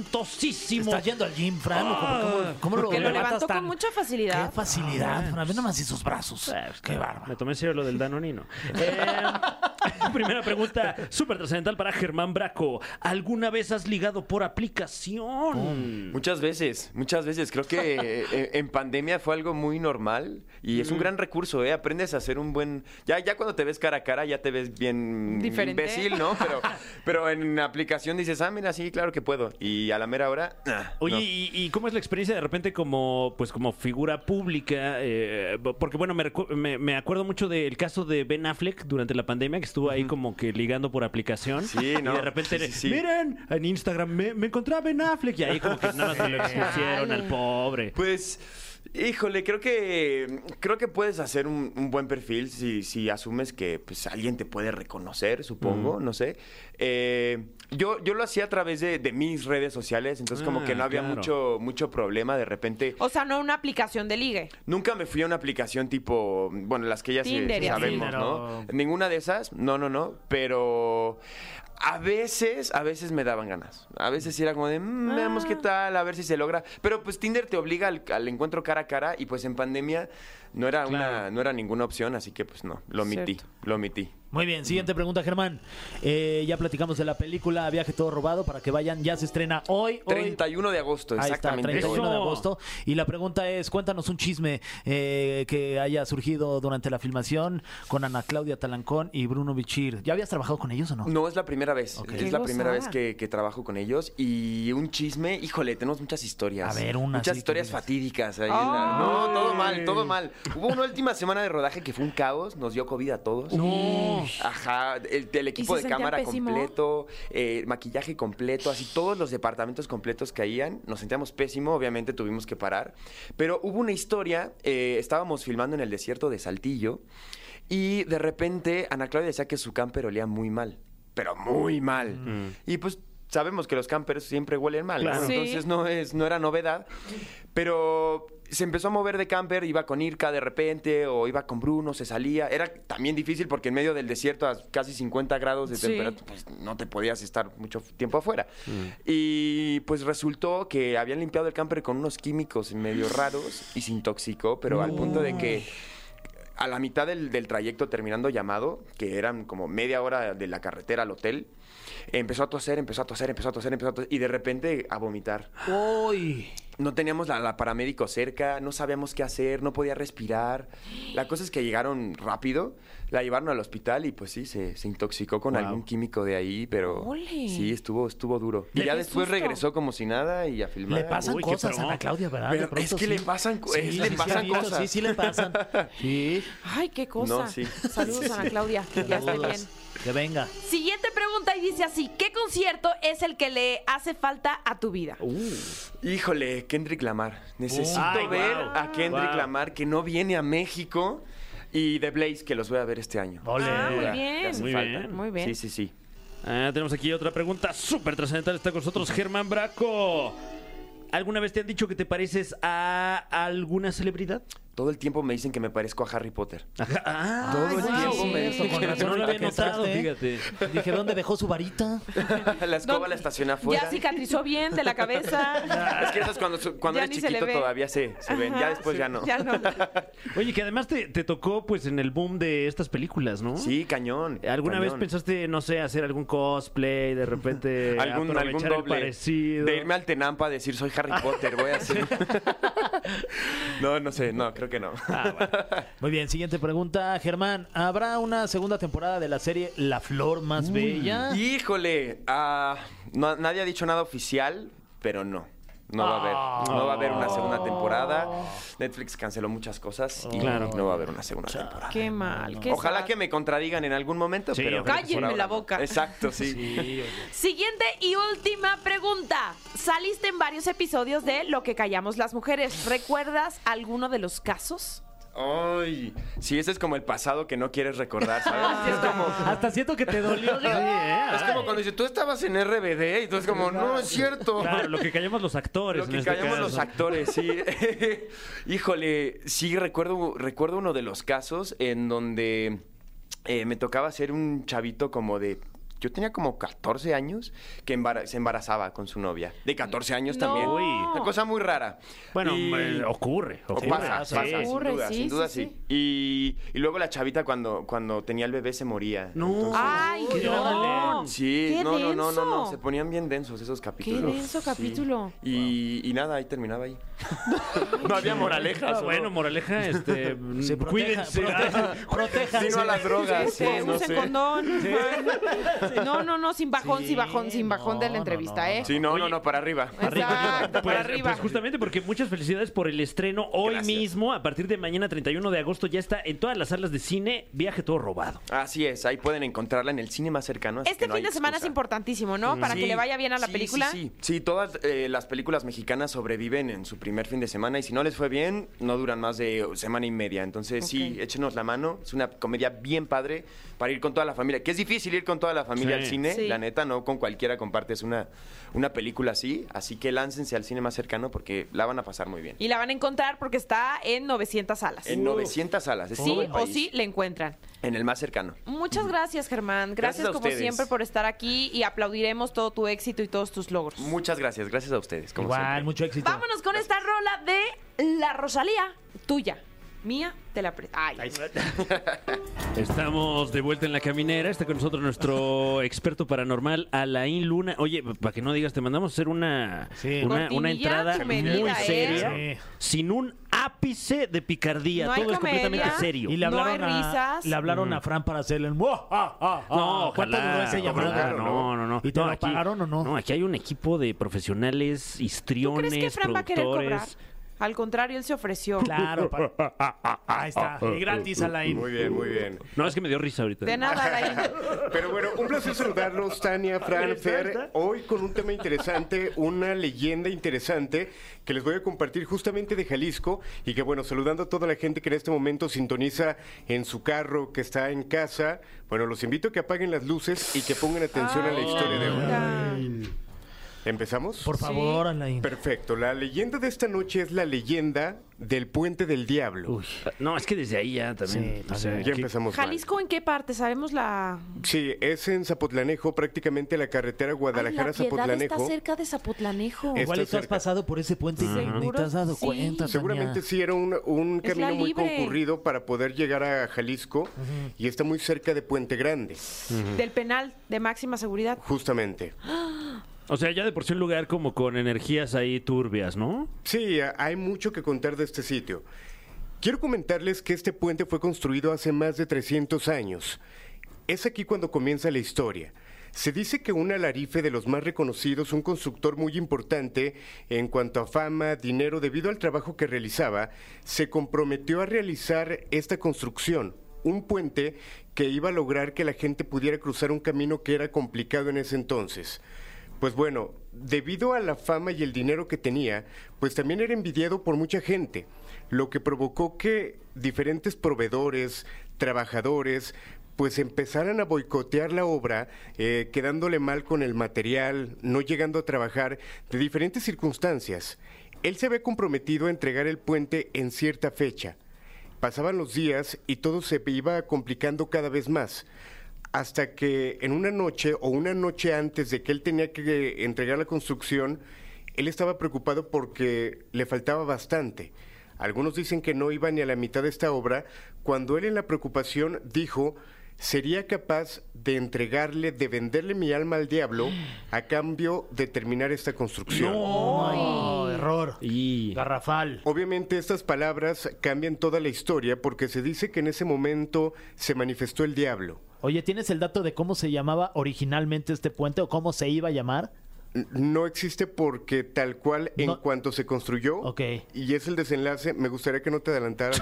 [SPEAKER 3] portentosísimo.
[SPEAKER 4] Estás yendo al gym, Fran, ¿o cómo,
[SPEAKER 5] Ah.
[SPEAKER 4] cómo- cómo lo
[SPEAKER 2] Que lo
[SPEAKER 4] levantas
[SPEAKER 2] levantó
[SPEAKER 4] tan-
[SPEAKER 2] con mucha
[SPEAKER 4] Qué
[SPEAKER 2] facilidad.
[SPEAKER 4] facilidad, Fran, ve nomás esos brazos.
[SPEAKER 3] Ah, pues,
[SPEAKER 4] Qué bárbaro.
[SPEAKER 3] Me tomé en serio lo del Danonino. Eh, primera pregunta súper trascendental para Germán Braco. ¿Alguna vez has ligado por aplicación?
[SPEAKER 5] Muchas veces, muchas veces. Creo que eh, eh, en pandemia fue algo muy normal y es un gran recurso, ¿eh? Aprendes a hacer un buen... Ya, ya cuando te ves cara a cara ya te ves bien
[SPEAKER 2] Diferente.
[SPEAKER 5] imbécil, ¿no? Pero, pero en aplicación dices, ah, mira, sí, claro que puedo. Y a la mera hora... ah,
[SPEAKER 3] Oye,
[SPEAKER 5] no.
[SPEAKER 3] ¿y, y cómo es la experiencia de repente como, pues, como figura pública? Eh, porque bueno, me, recu- me- me acuerdo mucho del caso de Ben Affleck durante la pandemia, que estuvo ahí ahí como que ligando por aplicación.
[SPEAKER 5] Sí,
[SPEAKER 3] Y
[SPEAKER 5] ¿no?
[SPEAKER 3] de repente,
[SPEAKER 5] Sí, sí, sí.
[SPEAKER 3] miren, en Instagram me, me encontré a Ben Affleck. Y ahí como que nada más se lo expusieron al pobre.
[SPEAKER 5] Pues, híjole, creo que creo que puedes hacer un, un buen perfil si, si asumes que pues, alguien te puede reconocer, supongo,
[SPEAKER 3] Mm.
[SPEAKER 5] no sé. Eh, yo, yo lo hacía a través de, de mis redes sociales, entonces como
[SPEAKER 3] Ah,
[SPEAKER 5] que no había
[SPEAKER 3] claro.
[SPEAKER 5] mucho, mucho problema de repente.
[SPEAKER 2] O sea, no una aplicación de ligue.
[SPEAKER 5] Nunca me fui a una aplicación tipo, bueno, las que ya se-
[SPEAKER 2] Tinder y así.
[SPEAKER 5] sabemos,
[SPEAKER 4] Tinder
[SPEAKER 5] ¿no?
[SPEAKER 4] o-
[SPEAKER 5] Ninguna de esas, no, no, no, pero a veces, a veces me daban ganas. A veces era como de, "Mm, veamos
[SPEAKER 2] Ah.
[SPEAKER 5] qué tal, a ver si se logra. Pero pues Tinder te obliga al, al encuentro cara a cara y pues en pandemia no era, una, no era ninguna opción, así que pues no, lo omití,
[SPEAKER 2] Cierto.
[SPEAKER 5] lo omití.
[SPEAKER 4] Muy bien, siguiente pregunta, Germán. Eh, ya platicamos de la película Viaje Todo Robado para que vayan. Ya se estrena hoy. hoy.
[SPEAKER 5] 31 de agosto,
[SPEAKER 4] Ahí está,
[SPEAKER 5] exactamente.
[SPEAKER 4] 31
[SPEAKER 5] hoy.
[SPEAKER 4] de
[SPEAKER 3] Eso.
[SPEAKER 4] agosto. Y la pregunta es, cuéntanos un chisme eh, que haya surgido durante la filmación con Ana Claudia Talancón y Bruno Bichir. ¿Ya habías trabajado con ellos o no?
[SPEAKER 5] No, es la primera vez.
[SPEAKER 2] Qué
[SPEAKER 5] Es la primera vez
[SPEAKER 2] gozada.
[SPEAKER 5] que, que trabajo con ellos. Y un chisme, híjole, tenemos muchas historias.
[SPEAKER 4] A ver, una,
[SPEAKER 5] Muchas
[SPEAKER 4] sí,
[SPEAKER 5] historias
[SPEAKER 4] que digas.
[SPEAKER 5] fatídicas ahí. en la- No,
[SPEAKER 3] ¡Ay!
[SPEAKER 5] todo mal, todo mal. Hubo una última semana de rodaje que fue un caos, nos dio COVID a todos. Ajá, el, el equipo
[SPEAKER 2] se
[SPEAKER 5] de
[SPEAKER 2] sentían
[SPEAKER 5] cámara
[SPEAKER 2] pésimo?
[SPEAKER 5] completo, eh, maquillaje completo, así todos los departamentos completos caían. Nos sentíamos pésimo, obviamente tuvimos que parar. Pero hubo una historia, eh, estábamos filmando en el desierto de Saltillo y de repente Ana Claudia decía que su camper olía muy mal, pero muy mal. Y pues sabemos que los campers siempre huelen mal, ¿no?
[SPEAKER 3] Claro.
[SPEAKER 2] Sí.
[SPEAKER 5] entonces no, es, no era novedad. Pero se empezó a mover de camper, iba con Irka de repente, o iba con Bruno, se salía. Era también difícil porque en medio del desierto a casi 50 grados de
[SPEAKER 2] Sí.
[SPEAKER 5] temperatura, pues no te podías estar mucho tiempo afuera. Y pues resultó que habían limpiado el camper con unos químicos medio raros y se intoxicó, pero al punto de que a la mitad del, del trayecto terminando llamado, que eran como media hora de la carretera al hotel, empezó a toser, empezó a toser, empezó a toser, empezó a toser y de repente a vomitar.
[SPEAKER 4] Uy.
[SPEAKER 5] No teníamos la, la paramédico cerca, no sabíamos qué hacer, no podía respirar. La cosa es que llegaron rápido, la llevaron al hospital y pues sí, se, se intoxicó con
[SPEAKER 3] Wow.
[SPEAKER 5] algún químico de ahí, pero
[SPEAKER 2] Ole.
[SPEAKER 5] sí, estuvo, estuvo duro.
[SPEAKER 2] Qué
[SPEAKER 5] Y ya después
[SPEAKER 2] susto.
[SPEAKER 5] regresó como si nada y a filmar.
[SPEAKER 4] Le pasan
[SPEAKER 3] Uy, qué
[SPEAKER 4] cosas a
[SPEAKER 3] pro.
[SPEAKER 4] Ana Claudia, ¿verdad?
[SPEAKER 5] Pero
[SPEAKER 4] De pronto
[SPEAKER 5] es que le pasan co- es- le
[SPEAKER 4] he
[SPEAKER 5] pasan
[SPEAKER 4] visto,
[SPEAKER 5] cosas.
[SPEAKER 4] Sí, sí le pasan. Sí.
[SPEAKER 2] Ay, qué cosa.
[SPEAKER 5] No, sí.
[SPEAKER 2] Saludos, Ana Claudia. que Ya esté bien.
[SPEAKER 4] Saludos. Que venga.
[SPEAKER 2] Siguiente pregunta y dice así: ¿Qué concierto es el que le hace falta a tu vida?
[SPEAKER 5] Híjole, Kendrick Lamar. Necesito
[SPEAKER 3] Ay,
[SPEAKER 5] ver
[SPEAKER 3] wow.
[SPEAKER 5] a Kendrick
[SPEAKER 3] Wow.
[SPEAKER 5] Lamar que no viene a México y The Blaze que los voy a ver este año.
[SPEAKER 4] Ole.
[SPEAKER 2] Ah, muy
[SPEAKER 5] Ya, ya
[SPEAKER 2] bien.
[SPEAKER 5] hace
[SPEAKER 3] Muy
[SPEAKER 5] falta.
[SPEAKER 3] bien.
[SPEAKER 2] Muy bien.
[SPEAKER 5] Sí, sí, sí.
[SPEAKER 3] Ah, tenemos aquí otra pregunta súper trascendental. Está con nosotros Germán Braco. ¿Alguna vez te han dicho que te pareces a alguna celebridad?
[SPEAKER 5] Todo el tiempo me dicen que me parezco a Harry Potter.
[SPEAKER 3] Ah,
[SPEAKER 5] Todo el
[SPEAKER 4] sí,
[SPEAKER 5] tiempo
[SPEAKER 4] sí,
[SPEAKER 5] me
[SPEAKER 4] eso, con razón,
[SPEAKER 3] no lo había
[SPEAKER 4] ahorita que
[SPEAKER 3] notado,
[SPEAKER 4] entraste.
[SPEAKER 3] fíjate.
[SPEAKER 4] Dije, ¿dónde dejó su varita?
[SPEAKER 5] La escoba
[SPEAKER 2] ¿Dónde?
[SPEAKER 5] la estaciona afuera. Ah,
[SPEAKER 2] Ya cicatrizó bien de la cabeza.
[SPEAKER 5] Es que eso es cuando, su- cuando
[SPEAKER 2] Ya
[SPEAKER 5] eres
[SPEAKER 2] ni se le
[SPEAKER 5] chiquito
[SPEAKER 2] ve.
[SPEAKER 5] todavía se, se ven. Ya
[SPEAKER 2] Ajá,
[SPEAKER 5] después
[SPEAKER 2] sí,
[SPEAKER 5] ya no. ¿Mm?
[SPEAKER 2] Ya no.
[SPEAKER 3] Oye, que además te, te tocó pues en el boom de estas películas, ¿no?
[SPEAKER 5] Sí, cañón.
[SPEAKER 3] ¿Alguna
[SPEAKER 5] cañón.
[SPEAKER 3] vez pensaste, no sé, hacer algún cosplay, de repente
[SPEAKER 5] Eh, algún,
[SPEAKER 3] aprovechar
[SPEAKER 5] algún
[SPEAKER 3] el
[SPEAKER 5] doble
[SPEAKER 3] parecido?
[SPEAKER 5] de irme al Tenampa a decir soy Harry Potter, voy a hacer. no, no sé, no, creo que no.
[SPEAKER 3] Ah,
[SPEAKER 4] Muy bien, siguiente pregunta, Germán. ¿Habrá una segunda temporada de la serie La Flor Más Bella?
[SPEAKER 5] Híjole, ah, no- nadie ha dicho nada oficial, pero no. No va a haber, no va a haber una segunda temporada. Netflix canceló muchas cosas y
[SPEAKER 3] Ah. Claro.
[SPEAKER 5] no va a haber una segunda temporada.
[SPEAKER 2] Qué mal. qué
[SPEAKER 5] Ojalá
[SPEAKER 2] sad.
[SPEAKER 5] que me contradigan en algún momento,
[SPEAKER 3] Sí,
[SPEAKER 5] pero
[SPEAKER 3] ojalá
[SPEAKER 2] que sí.
[SPEAKER 5] por ahora
[SPEAKER 2] Cállenme la
[SPEAKER 5] no.
[SPEAKER 2] boca.
[SPEAKER 5] Exacto, sí.
[SPEAKER 2] Siguiente y última pregunta. Saliste en varios episodios de Lo que callamos las mujeres. ¿Recuerdas alguno de los casos?
[SPEAKER 5] Ay, sí, ese es como el pasado que no quieres recordar, ¿sabes?
[SPEAKER 2] Ah.
[SPEAKER 5] es como
[SPEAKER 4] Hasta siento que te dolió.
[SPEAKER 5] ¿eh?
[SPEAKER 3] ¿eh?
[SPEAKER 5] es como cuando dice, tú estabas en RBD y tú es como, no es cierto.
[SPEAKER 3] Claro, lo que callamos los actores.
[SPEAKER 5] Lo que
[SPEAKER 3] en este
[SPEAKER 5] callamos los
[SPEAKER 3] caso.
[SPEAKER 5] actores, sí. Híjole, sí, recuerdo, recuerdo uno de los casos en donde eh, me tocaba ser un chavito como de. Yo tenía como 14 años que embara- se embarazaba con su novia. De 14 años también.
[SPEAKER 2] No. Uy.
[SPEAKER 5] Una cosa muy rara.
[SPEAKER 3] Bueno,
[SPEAKER 5] Y-
[SPEAKER 3] eh, ocurre.
[SPEAKER 5] o
[SPEAKER 3] ocurre.
[SPEAKER 5] pasa,
[SPEAKER 4] sí.
[SPEAKER 5] pasa, sin
[SPEAKER 2] Ocurre,
[SPEAKER 5] duda,
[SPEAKER 2] sí,
[SPEAKER 5] sin duda
[SPEAKER 2] sí,
[SPEAKER 5] sí. Y, y luego la chavita cuando, cuando tenía el bebé se moría.
[SPEAKER 3] No.
[SPEAKER 2] Ay,
[SPEAKER 3] qué
[SPEAKER 2] no.
[SPEAKER 3] grave.
[SPEAKER 5] Sí,
[SPEAKER 2] Ah. Qué
[SPEAKER 5] no, no, no, no, no,
[SPEAKER 2] denso.
[SPEAKER 5] se ponían bien densos esos capítulos.
[SPEAKER 2] denso
[SPEAKER 5] Sí.
[SPEAKER 2] capítulo.
[SPEAKER 5] Y, y nada, ahí terminaba ahí. no había
[SPEAKER 3] Ah,
[SPEAKER 5] moralejas. ¿o no?
[SPEAKER 3] bueno, moraleja, este,
[SPEAKER 4] Se proteja,
[SPEAKER 3] cuídense.
[SPEAKER 4] proteja, proteja.
[SPEAKER 5] Sí, no a las drogas. sí,
[SPEAKER 2] Este,
[SPEAKER 5] no
[SPEAKER 2] usen
[SPEAKER 5] sé.
[SPEAKER 2] condón. No, no, no, sin bajón,
[SPEAKER 4] Sí,
[SPEAKER 2] sin bajón, sin bajón de
[SPEAKER 4] no,
[SPEAKER 2] la
[SPEAKER 4] no,
[SPEAKER 2] entrevista,
[SPEAKER 4] no,
[SPEAKER 2] ¿eh?
[SPEAKER 4] no.
[SPEAKER 5] Sí, no, no, no, para arriba.
[SPEAKER 2] Exacto,
[SPEAKER 3] Pues,
[SPEAKER 2] para arriba.
[SPEAKER 3] pues justamente porque muchas felicidades por el estreno hoy
[SPEAKER 5] Gracias.
[SPEAKER 3] mismo. A partir de mañana 31 de agosto ya está en todas las salas de cine. Viaje todo robado.
[SPEAKER 5] Así es, ahí pueden encontrarla en el cine más cercano. así
[SPEAKER 2] Este
[SPEAKER 5] que no
[SPEAKER 2] fin
[SPEAKER 5] hay
[SPEAKER 2] de semana es
[SPEAKER 5] excusa.
[SPEAKER 2] importantísimo, ¿no? Para que
[SPEAKER 5] Sí,
[SPEAKER 2] le vaya bien a la
[SPEAKER 5] sí,
[SPEAKER 2] película.
[SPEAKER 5] Sí, sí, Sí, todas eh, las películas mexicanas sobreviven en su primer fin de semana y si no les fue bien, no duran más de semana y media. Entonces, sí,
[SPEAKER 2] Ok.
[SPEAKER 5] échenos la mano. Es una comedia bien padre para ir con toda la familia. Que es difícil ir con toda la familia
[SPEAKER 3] Sí.
[SPEAKER 5] al cine,
[SPEAKER 2] Sí.
[SPEAKER 5] la neta, no con cualquiera compartes una, una película así. Así que láncense al cine más cercano porque la van a pasar muy bien.
[SPEAKER 2] Y la van a encontrar porque está en 900 salas.
[SPEAKER 5] En 900 salas. es
[SPEAKER 2] sí
[SPEAKER 5] todo Oh, el
[SPEAKER 2] o
[SPEAKER 5] país.
[SPEAKER 2] sí, le encuentran.
[SPEAKER 5] En el más cercano.
[SPEAKER 2] Muchas gracias, Germán. Gracias,
[SPEAKER 5] Gracias a
[SPEAKER 2] como
[SPEAKER 5] ustedes.
[SPEAKER 2] siempre por estar aquí y aplaudiremos todo tu éxito y todos tus logros.
[SPEAKER 5] Muchas gracias, gracias a ustedes. Como
[SPEAKER 4] Igual,
[SPEAKER 5] siempre.
[SPEAKER 4] mucho éxito.
[SPEAKER 2] Vámonos con esta rola de La Rosalía, tuya. Mía, te la pre- Ay.
[SPEAKER 3] Estamos de vuelta en la caminera. Está con nosotros nuestro experto paranormal, Alain Luna. Oye, para que no digas, te mandamos a hacer una,
[SPEAKER 4] Sí.
[SPEAKER 3] una, una
[SPEAKER 2] Cortinilla
[SPEAKER 3] entrada
[SPEAKER 2] tu medida,
[SPEAKER 3] muy
[SPEAKER 2] ¿eh?
[SPEAKER 3] seria,
[SPEAKER 4] Sí.
[SPEAKER 3] sin un ápice de picardía.
[SPEAKER 2] No hay
[SPEAKER 3] todo es completamente
[SPEAKER 2] comedia.
[SPEAKER 3] serio.
[SPEAKER 4] Y le
[SPEAKER 2] No hay
[SPEAKER 4] hablaron, a,
[SPEAKER 2] risas.
[SPEAKER 4] le hablaron a Fran para hacerle el... "Mua, ah, ah, ah".
[SPEAKER 3] No,
[SPEAKER 4] ¿Cuánto
[SPEAKER 3] ojalá,
[SPEAKER 4] duró esa
[SPEAKER 3] ojalá,
[SPEAKER 4] llamada?
[SPEAKER 3] No, no, no.
[SPEAKER 4] ¿Y te
[SPEAKER 3] No,
[SPEAKER 4] lo pagaron o no?
[SPEAKER 3] No, aquí hay un equipo de profesionales,
[SPEAKER 2] ¿Tú
[SPEAKER 3] histriones,
[SPEAKER 2] crees que Fran va a querer cobrar?
[SPEAKER 3] productores.
[SPEAKER 2] Al contrario, él se ofreció.
[SPEAKER 4] Claro. pa- Ahí está. Y gratis, Alain.
[SPEAKER 6] Muy bien, muy bien.
[SPEAKER 3] No, es que me dio risa ahorita.
[SPEAKER 2] De nada, Alain.
[SPEAKER 6] Pero bueno, un placer saludarlos, Tania, Fran, Fer. Hoy con un tema interesante, una leyenda interesante que les voy a compartir justamente de Jalisco y que bueno, saludando a toda la gente que en este momento sintoniza en su carro, que está en casa. Bueno, los invito a que apaguen las luces y que pongan atención a la
[SPEAKER 2] Ay,
[SPEAKER 6] historia de hoy.
[SPEAKER 2] Laurita.
[SPEAKER 6] ¿Empezamos?
[SPEAKER 4] Por favor, Alain.
[SPEAKER 6] Perfecto. La leyenda de esta noche es la leyenda del Puente del Diablo.
[SPEAKER 3] No, es que desde ahí ya también.
[SPEAKER 4] Sí,
[SPEAKER 3] o sea,
[SPEAKER 6] ya
[SPEAKER 3] ¿qué-
[SPEAKER 6] empezamos. mal.
[SPEAKER 2] ¿Jalisco en qué parte? ¿Sabemos la...?
[SPEAKER 6] Sí, es en Zapotlanejo, prácticamente la carretera
[SPEAKER 2] Ay, Ah, la piedad
[SPEAKER 6] Guadalajara-Zapotlanejo.
[SPEAKER 2] está cerca de Zapotlanejo.
[SPEAKER 6] Es-
[SPEAKER 4] Igual y tú has
[SPEAKER 6] cerca.
[SPEAKER 4] pasado por ese puente y ni te
[SPEAKER 2] ¿Seguro?
[SPEAKER 4] has dado
[SPEAKER 2] Sí.
[SPEAKER 4] cuenta. Tania.
[SPEAKER 6] Seguramente sí era un, un
[SPEAKER 2] Es la
[SPEAKER 6] camino muy
[SPEAKER 2] libre.
[SPEAKER 6] concurrido para poder llegar a Jalisco y está muy cerca de Puente Grande,
[SPEAKER 2] Del penal de máxima seguridad.
[SPEAKER 6] justamente.
[SPEAKER 3] O sea, ya de por sí un lugar como con energías ahí turbias, ¿no?
[SPEAKER 6] Sí, a- hay mucho que contar de este sitio. Quiero comentarles que este puente fue construido hace más de 300 años. Es aquí cuando comienza la historia. Se dice que un alarife de los más reconocidos, un constructor muy importante en cuanto a fama, dinero, debido al trabajo que realizaba, se comprometió a realizar esta construcción, un puente que iba a lograr que la gente pudiera cruzar un camino que era complicado en ese entonces. Pues bueno, debido a la fama y el dinero que tenía, pues también era envidiado por mucha gente, lo que provocó que diferentes proveedores, trabajadores, pues empezaran a boicotear la obra, eh, quedándole mal con el material, no llegando a trabajar, de diferentes circunstancias. Él se había comprometido a entregar el puente en cierta fecha. Pasaban los días y todo se iba complicando cada vez más. Hasta que en una noche o una noche antes de que él tenía que entregar la construcción, él estaba preocupado porque le faltaba bastante. Algunos dicen que no iba ni a la mitad de esta obra, cuando él en la preocupación dijo, sería capaz de entregarle, de venderle mi alma al diablo a cambio de terminar esta construcción.
[SPEAKER 4] No, Oh, error.
[SPEAKER 3] Y.
[SPEAKER 4] Ah, Garrafal.
[SPEAKER 6] Obviamente estas palabras cambian toda la historia porque se dice que en ese momento se manifestó el diablo.
[SPEAKER 4] Oye, ¿tienes el dato de cómo se llamaba originalmente este puente o cómo se iba a llamar?
[SPEAKER 6] N- No existe porque tal cual en
[SPEAKER 4] No.
[SPEAKER 6] cuanto se construyó
[SPEAKER 4] Ok.
[SPEAKER 6] y es el desenlace, me gustaría que no te adelantaras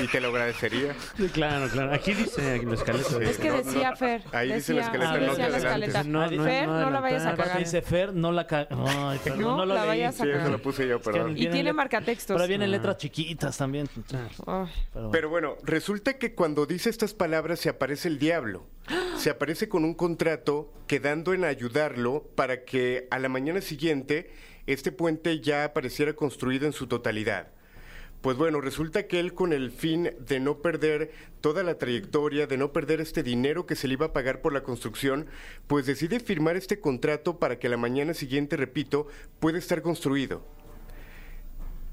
[SPEAKER 6] y te lo agradecería.
[SPEAKER 3] Claro, claro. Aquí dice aquí en la escaleta.
[SPEAKER 2] Es que
[SPEAKER 6] Eh, no,
[SPEAKER 2] decía
[SPEAKER 6] no.
[SPEAKER 2] Fer.
[SPEAKER 6] Ahí
[SPEAKER 2] decía,
[SPEAKER 6] dice la escaleta,
[SPEAKER 4] no
[SPEAKER 2] decía
[SPEAKER 4] te
[SPEAKER 2] la
[SPEAKER 4] adelantes.
[SPEAKER 2] escaleta.
[SPEAKER 3] No, no,
[SPEAKER 2] Fer, no,
[SPEAKER 3] no
[SPEAKER 2] la vayas a
[SPEAKER 3] adelantar.
[SPEAKER 2] cagar.
[SPEAKER 4] Aparte Ah, dice Fer, no la ca... Ay, perdón,
[SPEAKER 2] No
[SPEAKER 4] no, lo
[SPEAKER 2] la
[SPEAKER 4] leí.
[SPEAKER 2] vayas a
[SPEAKER 6] Sí, eso
[SPEAKER 2] cagar.
[SPEAKER 6] lo puse yo,
[SPEAKER 4] Es que
[SPEAKER 6] perdón.
[SPEAKER 2] Y
[SPEAKER 4] viene
[SPEAKER 2] tiene
[SPEAKER 4] let-
[SPEAKER 2] marcatextos.
[SPEAKER 4] Pero vienen letras chiquitas también.
[SPEAKER 2] Ay.
[SPEAKER 4] Pero bueno.
[SPEAKER 6] Pero bueno, resulta que cuando dice estas palabras se aparece el diablo. Se aparece con un contrato quedando en ayudarlo para que a la mañana siguiente este puente ya apareciera construido en su totalidad. Pues bueno, resulta que él con el fin de no perder toda la trayectoria, de no perder este dinero que se le iba a pagar por la construcción, pues decide firmar este contrato para que a la mañana siguiente, repito, pueda estar construido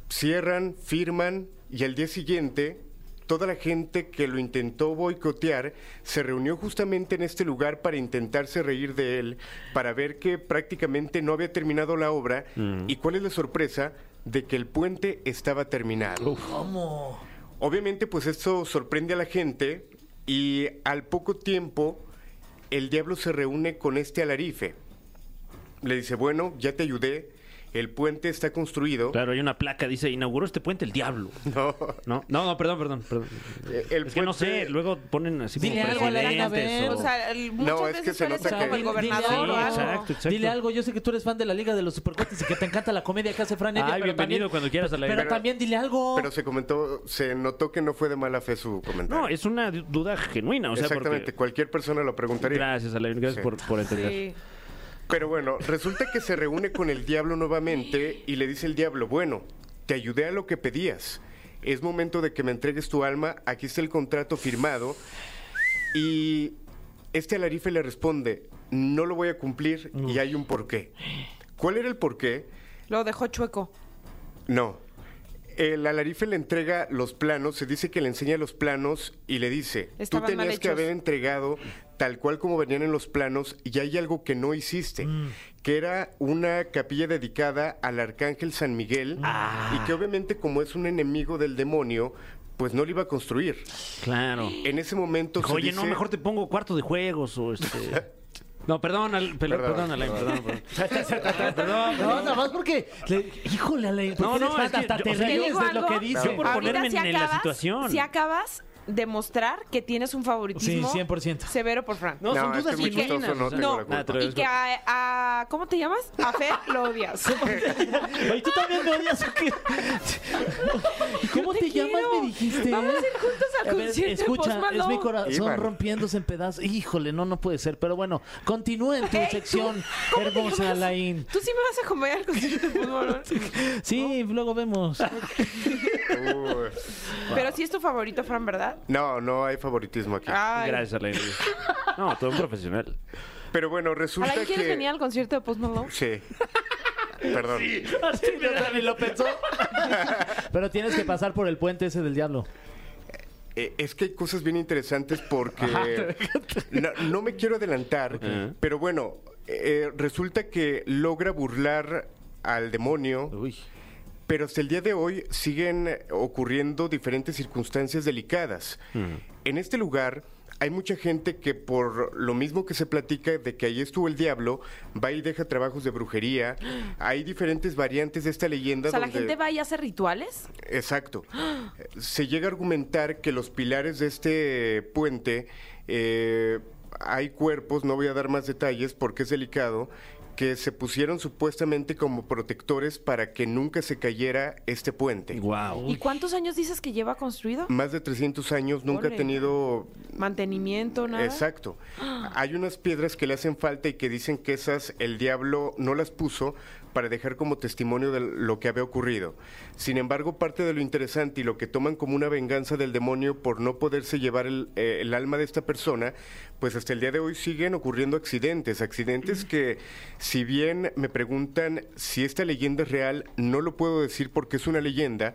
[SPEAKER 6] cierran, firman y al día siguiente toda la gente que lo intentó boicotear se reunió justamente en este lugar para intentarse reír de él, para ver que prácticamente no había terminado la obra y cuál es la sorpresa de que el puente estaba terminado. Obviamente pues esto sorprende a la gente y al poco tiempo el diablo se reúne con este alarife. Le dice, bueno, ya te ayudé, el puente está construido.
[SPEAKER 3] Claro, hay una placa, dice, inauguró este puente el diablo.
[SPEAKER 6] No.
[SPEAKER 3] No, no, no, perdón, perdón. perdón.
[SPEAKER 6] Eh, el
[SPEAKER 3] es que no
[SPEAKER 6] puente-
[SPEAKER 3] sé, luego ponen así
[SPEAKER 4] Dile
[SPEAKER 3] como
[SPEAKER 4] algo a la Ana
[SPEAKER 3] presidentes
[SPEAKER 4] Bel.
[SPEAKER 3] o-
[SPEAKER 2] O sea, el- muchas
[SPEAKER 6] No, es
[SPEAKER 2] veces
[SPEAKER 6] que se
[SPEAKER 2] suele
[SPEAKER 6] nota
[SPEAKER 2] ser
[SPEAKER 6] que-
[SPEAKER 2] como el
[SPEAKER 6] Dile
[SPEAKER 2] gobernador
[SPEAKER 3] algo.
[SPEAKER 2] o algo.
[SPEAKER 3] Exacto, exacto.
[SPEAKER 4] Dile algo, yo sé que tú eres fan de la Liga de los Supercuates y que te encanta la comedia que hace Fran Evia,
[SPEAKER 3] Ay,
[SPEAKER 4] pero
[SPEAKER 3] bienvenido
[SPEAKER 4] también-
[SPEAKER 3] cuando quieras a la
[SPEAKER 4] Pero,
[SPEAKER 3] Pero-
[SPEAKER 4] también dile algo.
[SPEAKER 6] Pero se comentó, se notó que no fue de mala fe su comentario.
[SPEAKER 3] No, es una duda genuina, o sea,
[SPEAKER 6] Exactamente,
[SPEAKER 3] porque...
[SPEAKER 6] cualquier persona lo preguntaría.
[SPEAKER 3] Gracias, Alain, gracias
[SPEAKER 6] Sí.
[SPEAKER 3] por, por entender.
[SPEAKER 2] Sí.
[SPEAKER 6] Pero bueno, resulta que se reúne con el diablo nuevamente y le dice el diablo, bueno, te ayudé a lo que pedías. Es momento de que me entregues tu alma, aquí está el contrato firmado. Y este alarife le responde, no lo voy a cumplir y hay un porqué. ¿Cuál era el porqué?
[SPEAKER 2] Lo dejó chueco.
[SPEAKER 6] No. El alarife le entrega los planos, se dice que le enseña los planos y le dice,
[SPEAKER 2] Estaban
[SPEAKER 6] tú
[SPEAKER 2] mal
[SPEAKER 6] tenías que
[SPEAKER 2] hechos".
[SPEAKER 6] haber entregado tal cual como venían en los planos y hay algo que no hiciste,
[SPEAKER 3] Mm.
[SPEAKER 6] que era una capilla dedicada al arcángel San Miguel
[SPEAKER 3] Ah.
[SPEAKER 6] y que obviamente como es un enemigo del demonio, pues no lo iba a construir.
[SPEAKER 3] Claro.
[SPEAKER 6] En ese momento se
[SPEAKER 3] Oye, no,
[SPEAKER 6] dice-
[SPEAKER 3] mejor te pongo cuarto de juegos o este... No, perdón, Al- pel-
[SPEAKER 6] Perdón.
[SPEAKER 3] perdón, Alain, perdón, perdón. Perdón, perdón.
[SPEAKER 4] No, nada más porque. le- híjole, Ale,
[SPEAKER 3] No,
[SPEAKER 4] no,
[SPEAKER 3] no,
[SPEAKER 4] no,
[SPEAKER 3] es que
[SPEAKER 4] hasta
[SPEAKER 3] yo-
[SPEAKER 4] te
[SPEAKER 3] o sea,
[SPEAKER 2] Te
[SPEAKER 4] ríes
[SPEAKER 2] digo
[SPEAKER 4] de lo
[SPEAKER 2] algo,
[SPEAKER 4] que dice.
[SPEAKER 3] Yo por
[SPEAKER 2] ahorita
[SPEAKER 3] ponerme
[SPEAKER 2] si
[SPEAKER 3] en- en la situación.
[SPEAKER 2] Si acabas de mostrar que tienes un favoritismo
[SPEAKER 4] Sí, 100%.
[SPEAKER 2] severo por Fran.
[SPEAKER 3] No, son
[SPEAKER 6] No, es
[SPEAKER 3] dudas
[SPEAKER 6] que muy
[SPEAKER 3] genuinas.
[SPEAKER 6] chistoso, no
[SPEAKER 3] o sea,
[SPEAKER 6] tengo
[SPEAKER 2] la
[SPEAKER 6] culpa.
[SPEAKER 3] nada, te lo
[SPEAKER 2] Y que
[SPEAKER 3] agradezco.
[SPEAKER 2] a, a- ¿Cómo te llamas? A Fer lo odias.
[SPEAKER 4] Oye, tú también me odias o qué? ¿Cómo te, llamas?
[SPEAKER 2] quiero.
[SPEAKER 4] Me dijiste.
[SPEAKER 2] Vamos a ir juntos al
[SPEAKER 4] A ver,
[SPEAKER 2] concierto pues, de Post
[SPEAKER 4] escucha, es
[SPEAKER 2] Malone.
[SPEAKER 4] mi corazón
[SPEAKER 6] Iban.
[SPEAKER 4] rompiéndose en pedazos. Híjole, no, no puede ser. Pero bueno, continúa en tu
[SPEAKER 2] Ey, tú,
[SPEAKER 4] sección
[SPEAKER 2] ¿cómo te
[SPEAKER 4] hermosa,
[SPEAKER 2] llamas?
[SPEAKER 4] Alain.
[SPEAKER 2] ¿Tú sí me vas a acompañar al concierto de Post Malone?
[SPEAKER 4] Sí, luego vemos.
[SPEAKER 6] Uy.
[SPEAKER 2] Pero sí es tu favorito, Fran, ¿verdad?
[SPEAKER 6] No, no hay favoritismo aquí.
[SPEAKER 2] Ay.
[SPEAKER 3] Gracias, Alain. No, todo un profesional.
[SPEAKER 6] Pero bueno, resulta
[SPEAKER 2] Alain, ¿quieres
[SPEAKER 6] que...
[SPEAKER 2] venir al concierto de Post Malone?
[SPEAKER 6] Sí. Perdón.
[SPEAKER 4] lo pensó. Pero tienes que pasar por el puente ese del diablo.
[SPEAKER 6] Eh, es que hay cosas bien interesantes porque no, no me quiero adelantar, pero bueno, eh, resulta que logra burlar al demonio, pero hasta el día de hoy siguen ocurriendo diferentes circunstancias delicadas. En este lugar hay mucha gente que por lo mismo que se platica de que ahí estuvo el diablo, va y deja trabajos de brujería. Hay diferentes variantes de esta leyenda.
[SPEAKER 2] O sea, la
[SPEAKER 6] donde-
[SPEAKER 2] gente va y hace rituales.
[SPEAKER 6] Exacto. Se llega a argumentar que los pilares de este puente eh, hay cuerpos, no voy a dar más detalles porque es delicado, que se pusieron supuestamente como protectores para que nunca se cayera este puente.
[SPEAKER 3] Wow.
[SPEAKER 2] ¿Y cuántos años dices que lleva construido?
[SPEAKER 3] Mm.
[SPEAKER 6] Más de 300 años nunca
[SPEAKER 2] Ole.
[SPEAKER 6] ha tenido...
[SPEAKER 2] Mantenimiento, nada.
[SPEAKER 6] Exacto. Hay unas piedras que le hacen falta y que dicen que esas el diablo no las puso para dejar como testimonio de lo que había ocurrido. Sin embargo, parte de lo interesante y lo que toman como una venganza del demonio por no poderse llevar el, eh, el alma de esta persona, pues hasta el día de hoy siguen ocurriendo accidentes, accidentes que si bien me preguntan si esta leyenda es real, no lo puedo decir porque es una leyenda,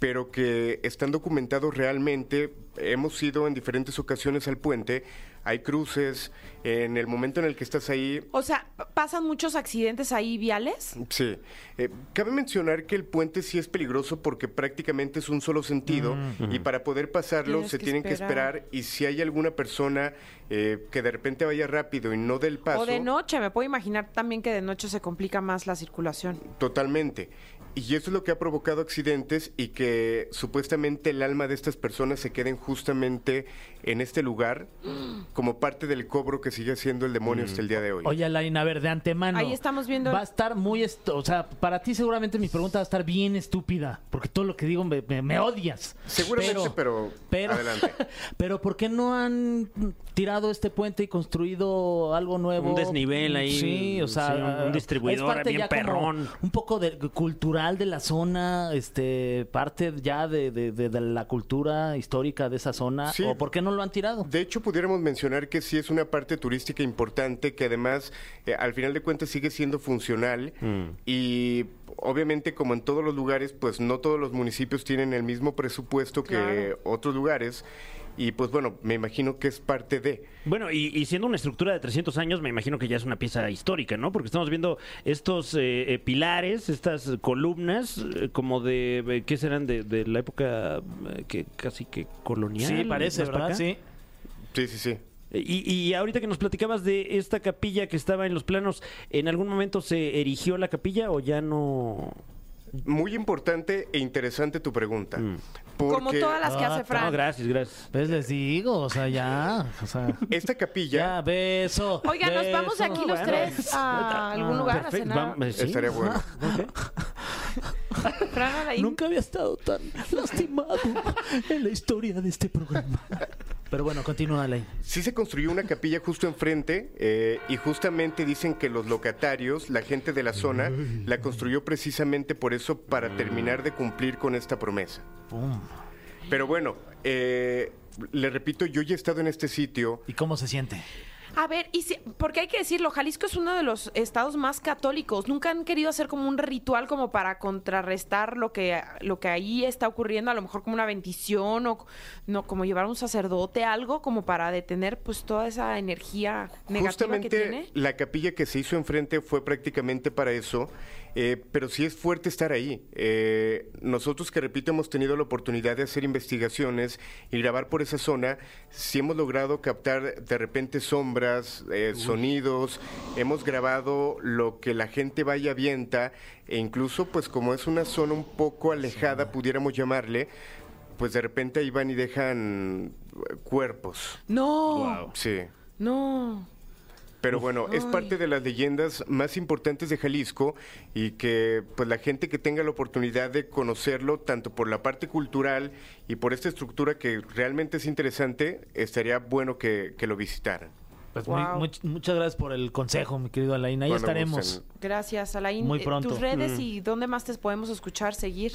[SPEAKER 6] pero que están documentados realmente. Hemos ido en diferentes ocasiones al puente, hay cruces, en el momento en el que estás ahí...
[SPEAKER 2] O sea, p- pasan muchos accidentes ahí viales.
[SPEAKER 6] Sí, Eh, cabe mencionar que el puente sí es peligroso porque prácticamente es un solo sentido y para poder pasarlo
[SPEAKER 2] Tienes
[SPEAKER 6] se
[SPEAKER 2] que
[SPEAKER 6] tienen
[SPEAKER 2] esperar.
[SPEAKER 6] que esperar y si hay alguna persona eh, que de repente vaya rápido y no del paso...
[SPEAKER 2] O de noche, me puedo imaginar también que de noche se complica más la circulación.
[SPEAKER 6] Totalmente. Y eso es lo que ha provocado accidentes y que supuestamente el alma de estas personas se queden justamente en este lugar como parte del cobro que sigue haciendo el demonio hasta el día de hoy.
[SPEAKER 4] Mm. Oye, Alain, a ver, de antemano.
[SPEAKER 2] Ahí estamos viendo-
[SPEAKER 4] Va a estar muy. est- O sea, para ti seguramente mi pregunta va a estar bien estúpida. Porque todo lo que digo me, me- me odias.
[SPEAKER 6] Seguramente, pero,
[SPEAKER 4] Pero,
[SPEAKER 6] adelante.
[SPEAKER 4] pero ¿por qué no han tirado este puente y construido algo nuevo?
[SPEAKER 3] Un desnivel ahí,
[SPEAKER 4] Sí, o sea,
[SPEAKER 3] sí, un- un distribuidor
[SPEAKER 4] es parte
[SPEAKER 3] bien
[SPEAKER 4] ya como
[SPEAKER 3] perrón.
[SPEAKER 4] Un poco de, cultural de la zona, este, parte ya de, de- de- de la cultura histórica de esa zona.
[SPEAKER 6] Sí.
[SPEAKER 4] ¿O por qué no lo han tirado?
[SPEAKER 6] De hecho, pudiéramos mencionar que sí es una parte turística importante que además, eh, al final de cuentas, sigue siendo funcional y obviamente, como en todos los lugares, pues no todos los municipios tienen el mismo presupuesto que
[SPEAKER 2] Claro.
[SPEAKER 6] otros lugares y pues bueno, me imagino que es parte de...
[SPEAKER 3] Bueno, y, y siendo una estructura de 300 años, me imagino que ya es una pieza histórica, ¿no? Porque estamos viendo estos eh, eh, pilares, estas eh, columnas, eh, como de, eh, ¿qué serán? De, de la época eh, que casi que colonial.
[SPEAKER 4] Sí, parece,
[SPEAKER 3] más para acá.
[SPEAKER 4] ¿verdad? Sí.
[SPEAKER 6] Sí, sí, sí.
[SPEAKER 3] Y, y ahorita que nos platicabas de esta capilla que estaba en los planos, ¿en algún momento se erigió la capilla o ya no?
[SPEAKER 6] Muy importante e interesante tu pregunta.
[SPEAKER 2] Como
[SPEAKER 6] Porque
[SPEAKER 2] todas las que
[SPEAKER 4] Ah,
[SPEAKER 2] hace Fran.
[SPEAKER 3] No, gracias, gracias.
[SPEAKER 4] ¿Ves? Pues Les digo, o sea, ya. O sea,
[SPEAKER 6] esta
[SPEAKER 4] ya,
[SPEAKER 6] capilla
[SPEAKER 4] beso.
[SPEAKER 2] Oiga, nos
[SPEAKER 4] beso.
[SPEAKER 2] vamos aquí los
[SPEAKER 3] Bueno, Ah,
[SPEAKER 2] tres a algún lugar
[SPEAKER 3] Perfecto,
[SPEAKER 2] a cenar.
[SPEAKER 3] vamos, sí.
[SPEAKER 6] estaría bueno.
[SPEAKER 2] Fran Alain.
[SPEAKER 4] Nunca había estado tan lastimado en la historia de este programa. Pero bueno, continúa, Alain.
[SPEAKER 6] Sí se construyó una capilla justo enfrente eh, y justamente dicen que los locatarios, la gente de la zona, la construyó precisamente por eso, para terminar de cumplir con esta promesa. Pero bueno, eh, le repito, yo ya he estado en este sitio.
[SPEAKER 4] ¿Y cómo se siente?
[SPEAKER 2] A ver, y si- porque hay que decirlo, Jalisco es uno de los estados más católicos. Nunca han querido hacer como un ritual como para contrarrestar lo que, lo que ahí está ocurriendo, a lo mejor como una bendición o no, como llevar a un sacerdote, algo como para detener pues toda esa energía negativa que
[SPEAKER 6] Justamente
[SPEAKER 2] tiene.
[SPEAKER 6] la capilla que se hizo enfrente fue prácticamente para eso, eh, pero sí es fuerte estar ahí. Eh, nosotros que repito hemos tenido la oportunidad de hacer investigaciones y grabar por esa zona, sí hemos logrado captar de repente sombras, eh, sonidos, hemos grabado lo que la gente va y avienta e incluso pues como es una zona un poco alejada, pudiéramos llamarle, pues de repente ahí van y dejan eh, cuerpos.
[SPEAKER 2] No,
[SPEAKER 6] Sí.
[SPEAKER 2] no.
[SPEAKER 6] Pero bueno, es parte de las leyendas más importantes de Jalisco y que pues la gente que tenga la oportunidad de conocerlo, tanto por la parte cultural y por esta estructura que realmente es interesante, estaría bueno que, que lo visitaran.
[SPEAKER 4] Pues
[SPEAKER 2] Wow.
[SPEAKER 4] muy- much- muchas gracias por el consejo, mi querido Alain. Ahí
[SPEAKER 6] Cuando
[SPEAKER 4] estaremos.
[SPEAKER 6] gusten.
[SPEAKER 2] Gracias, Alain.
[SPEAKER 4] Muy
[SPEAKER 2] Eh,
[SPEAKER 4] pronto.
[SPEAKER 2] Tus redes y dónde más te podemos escuchar, seguir.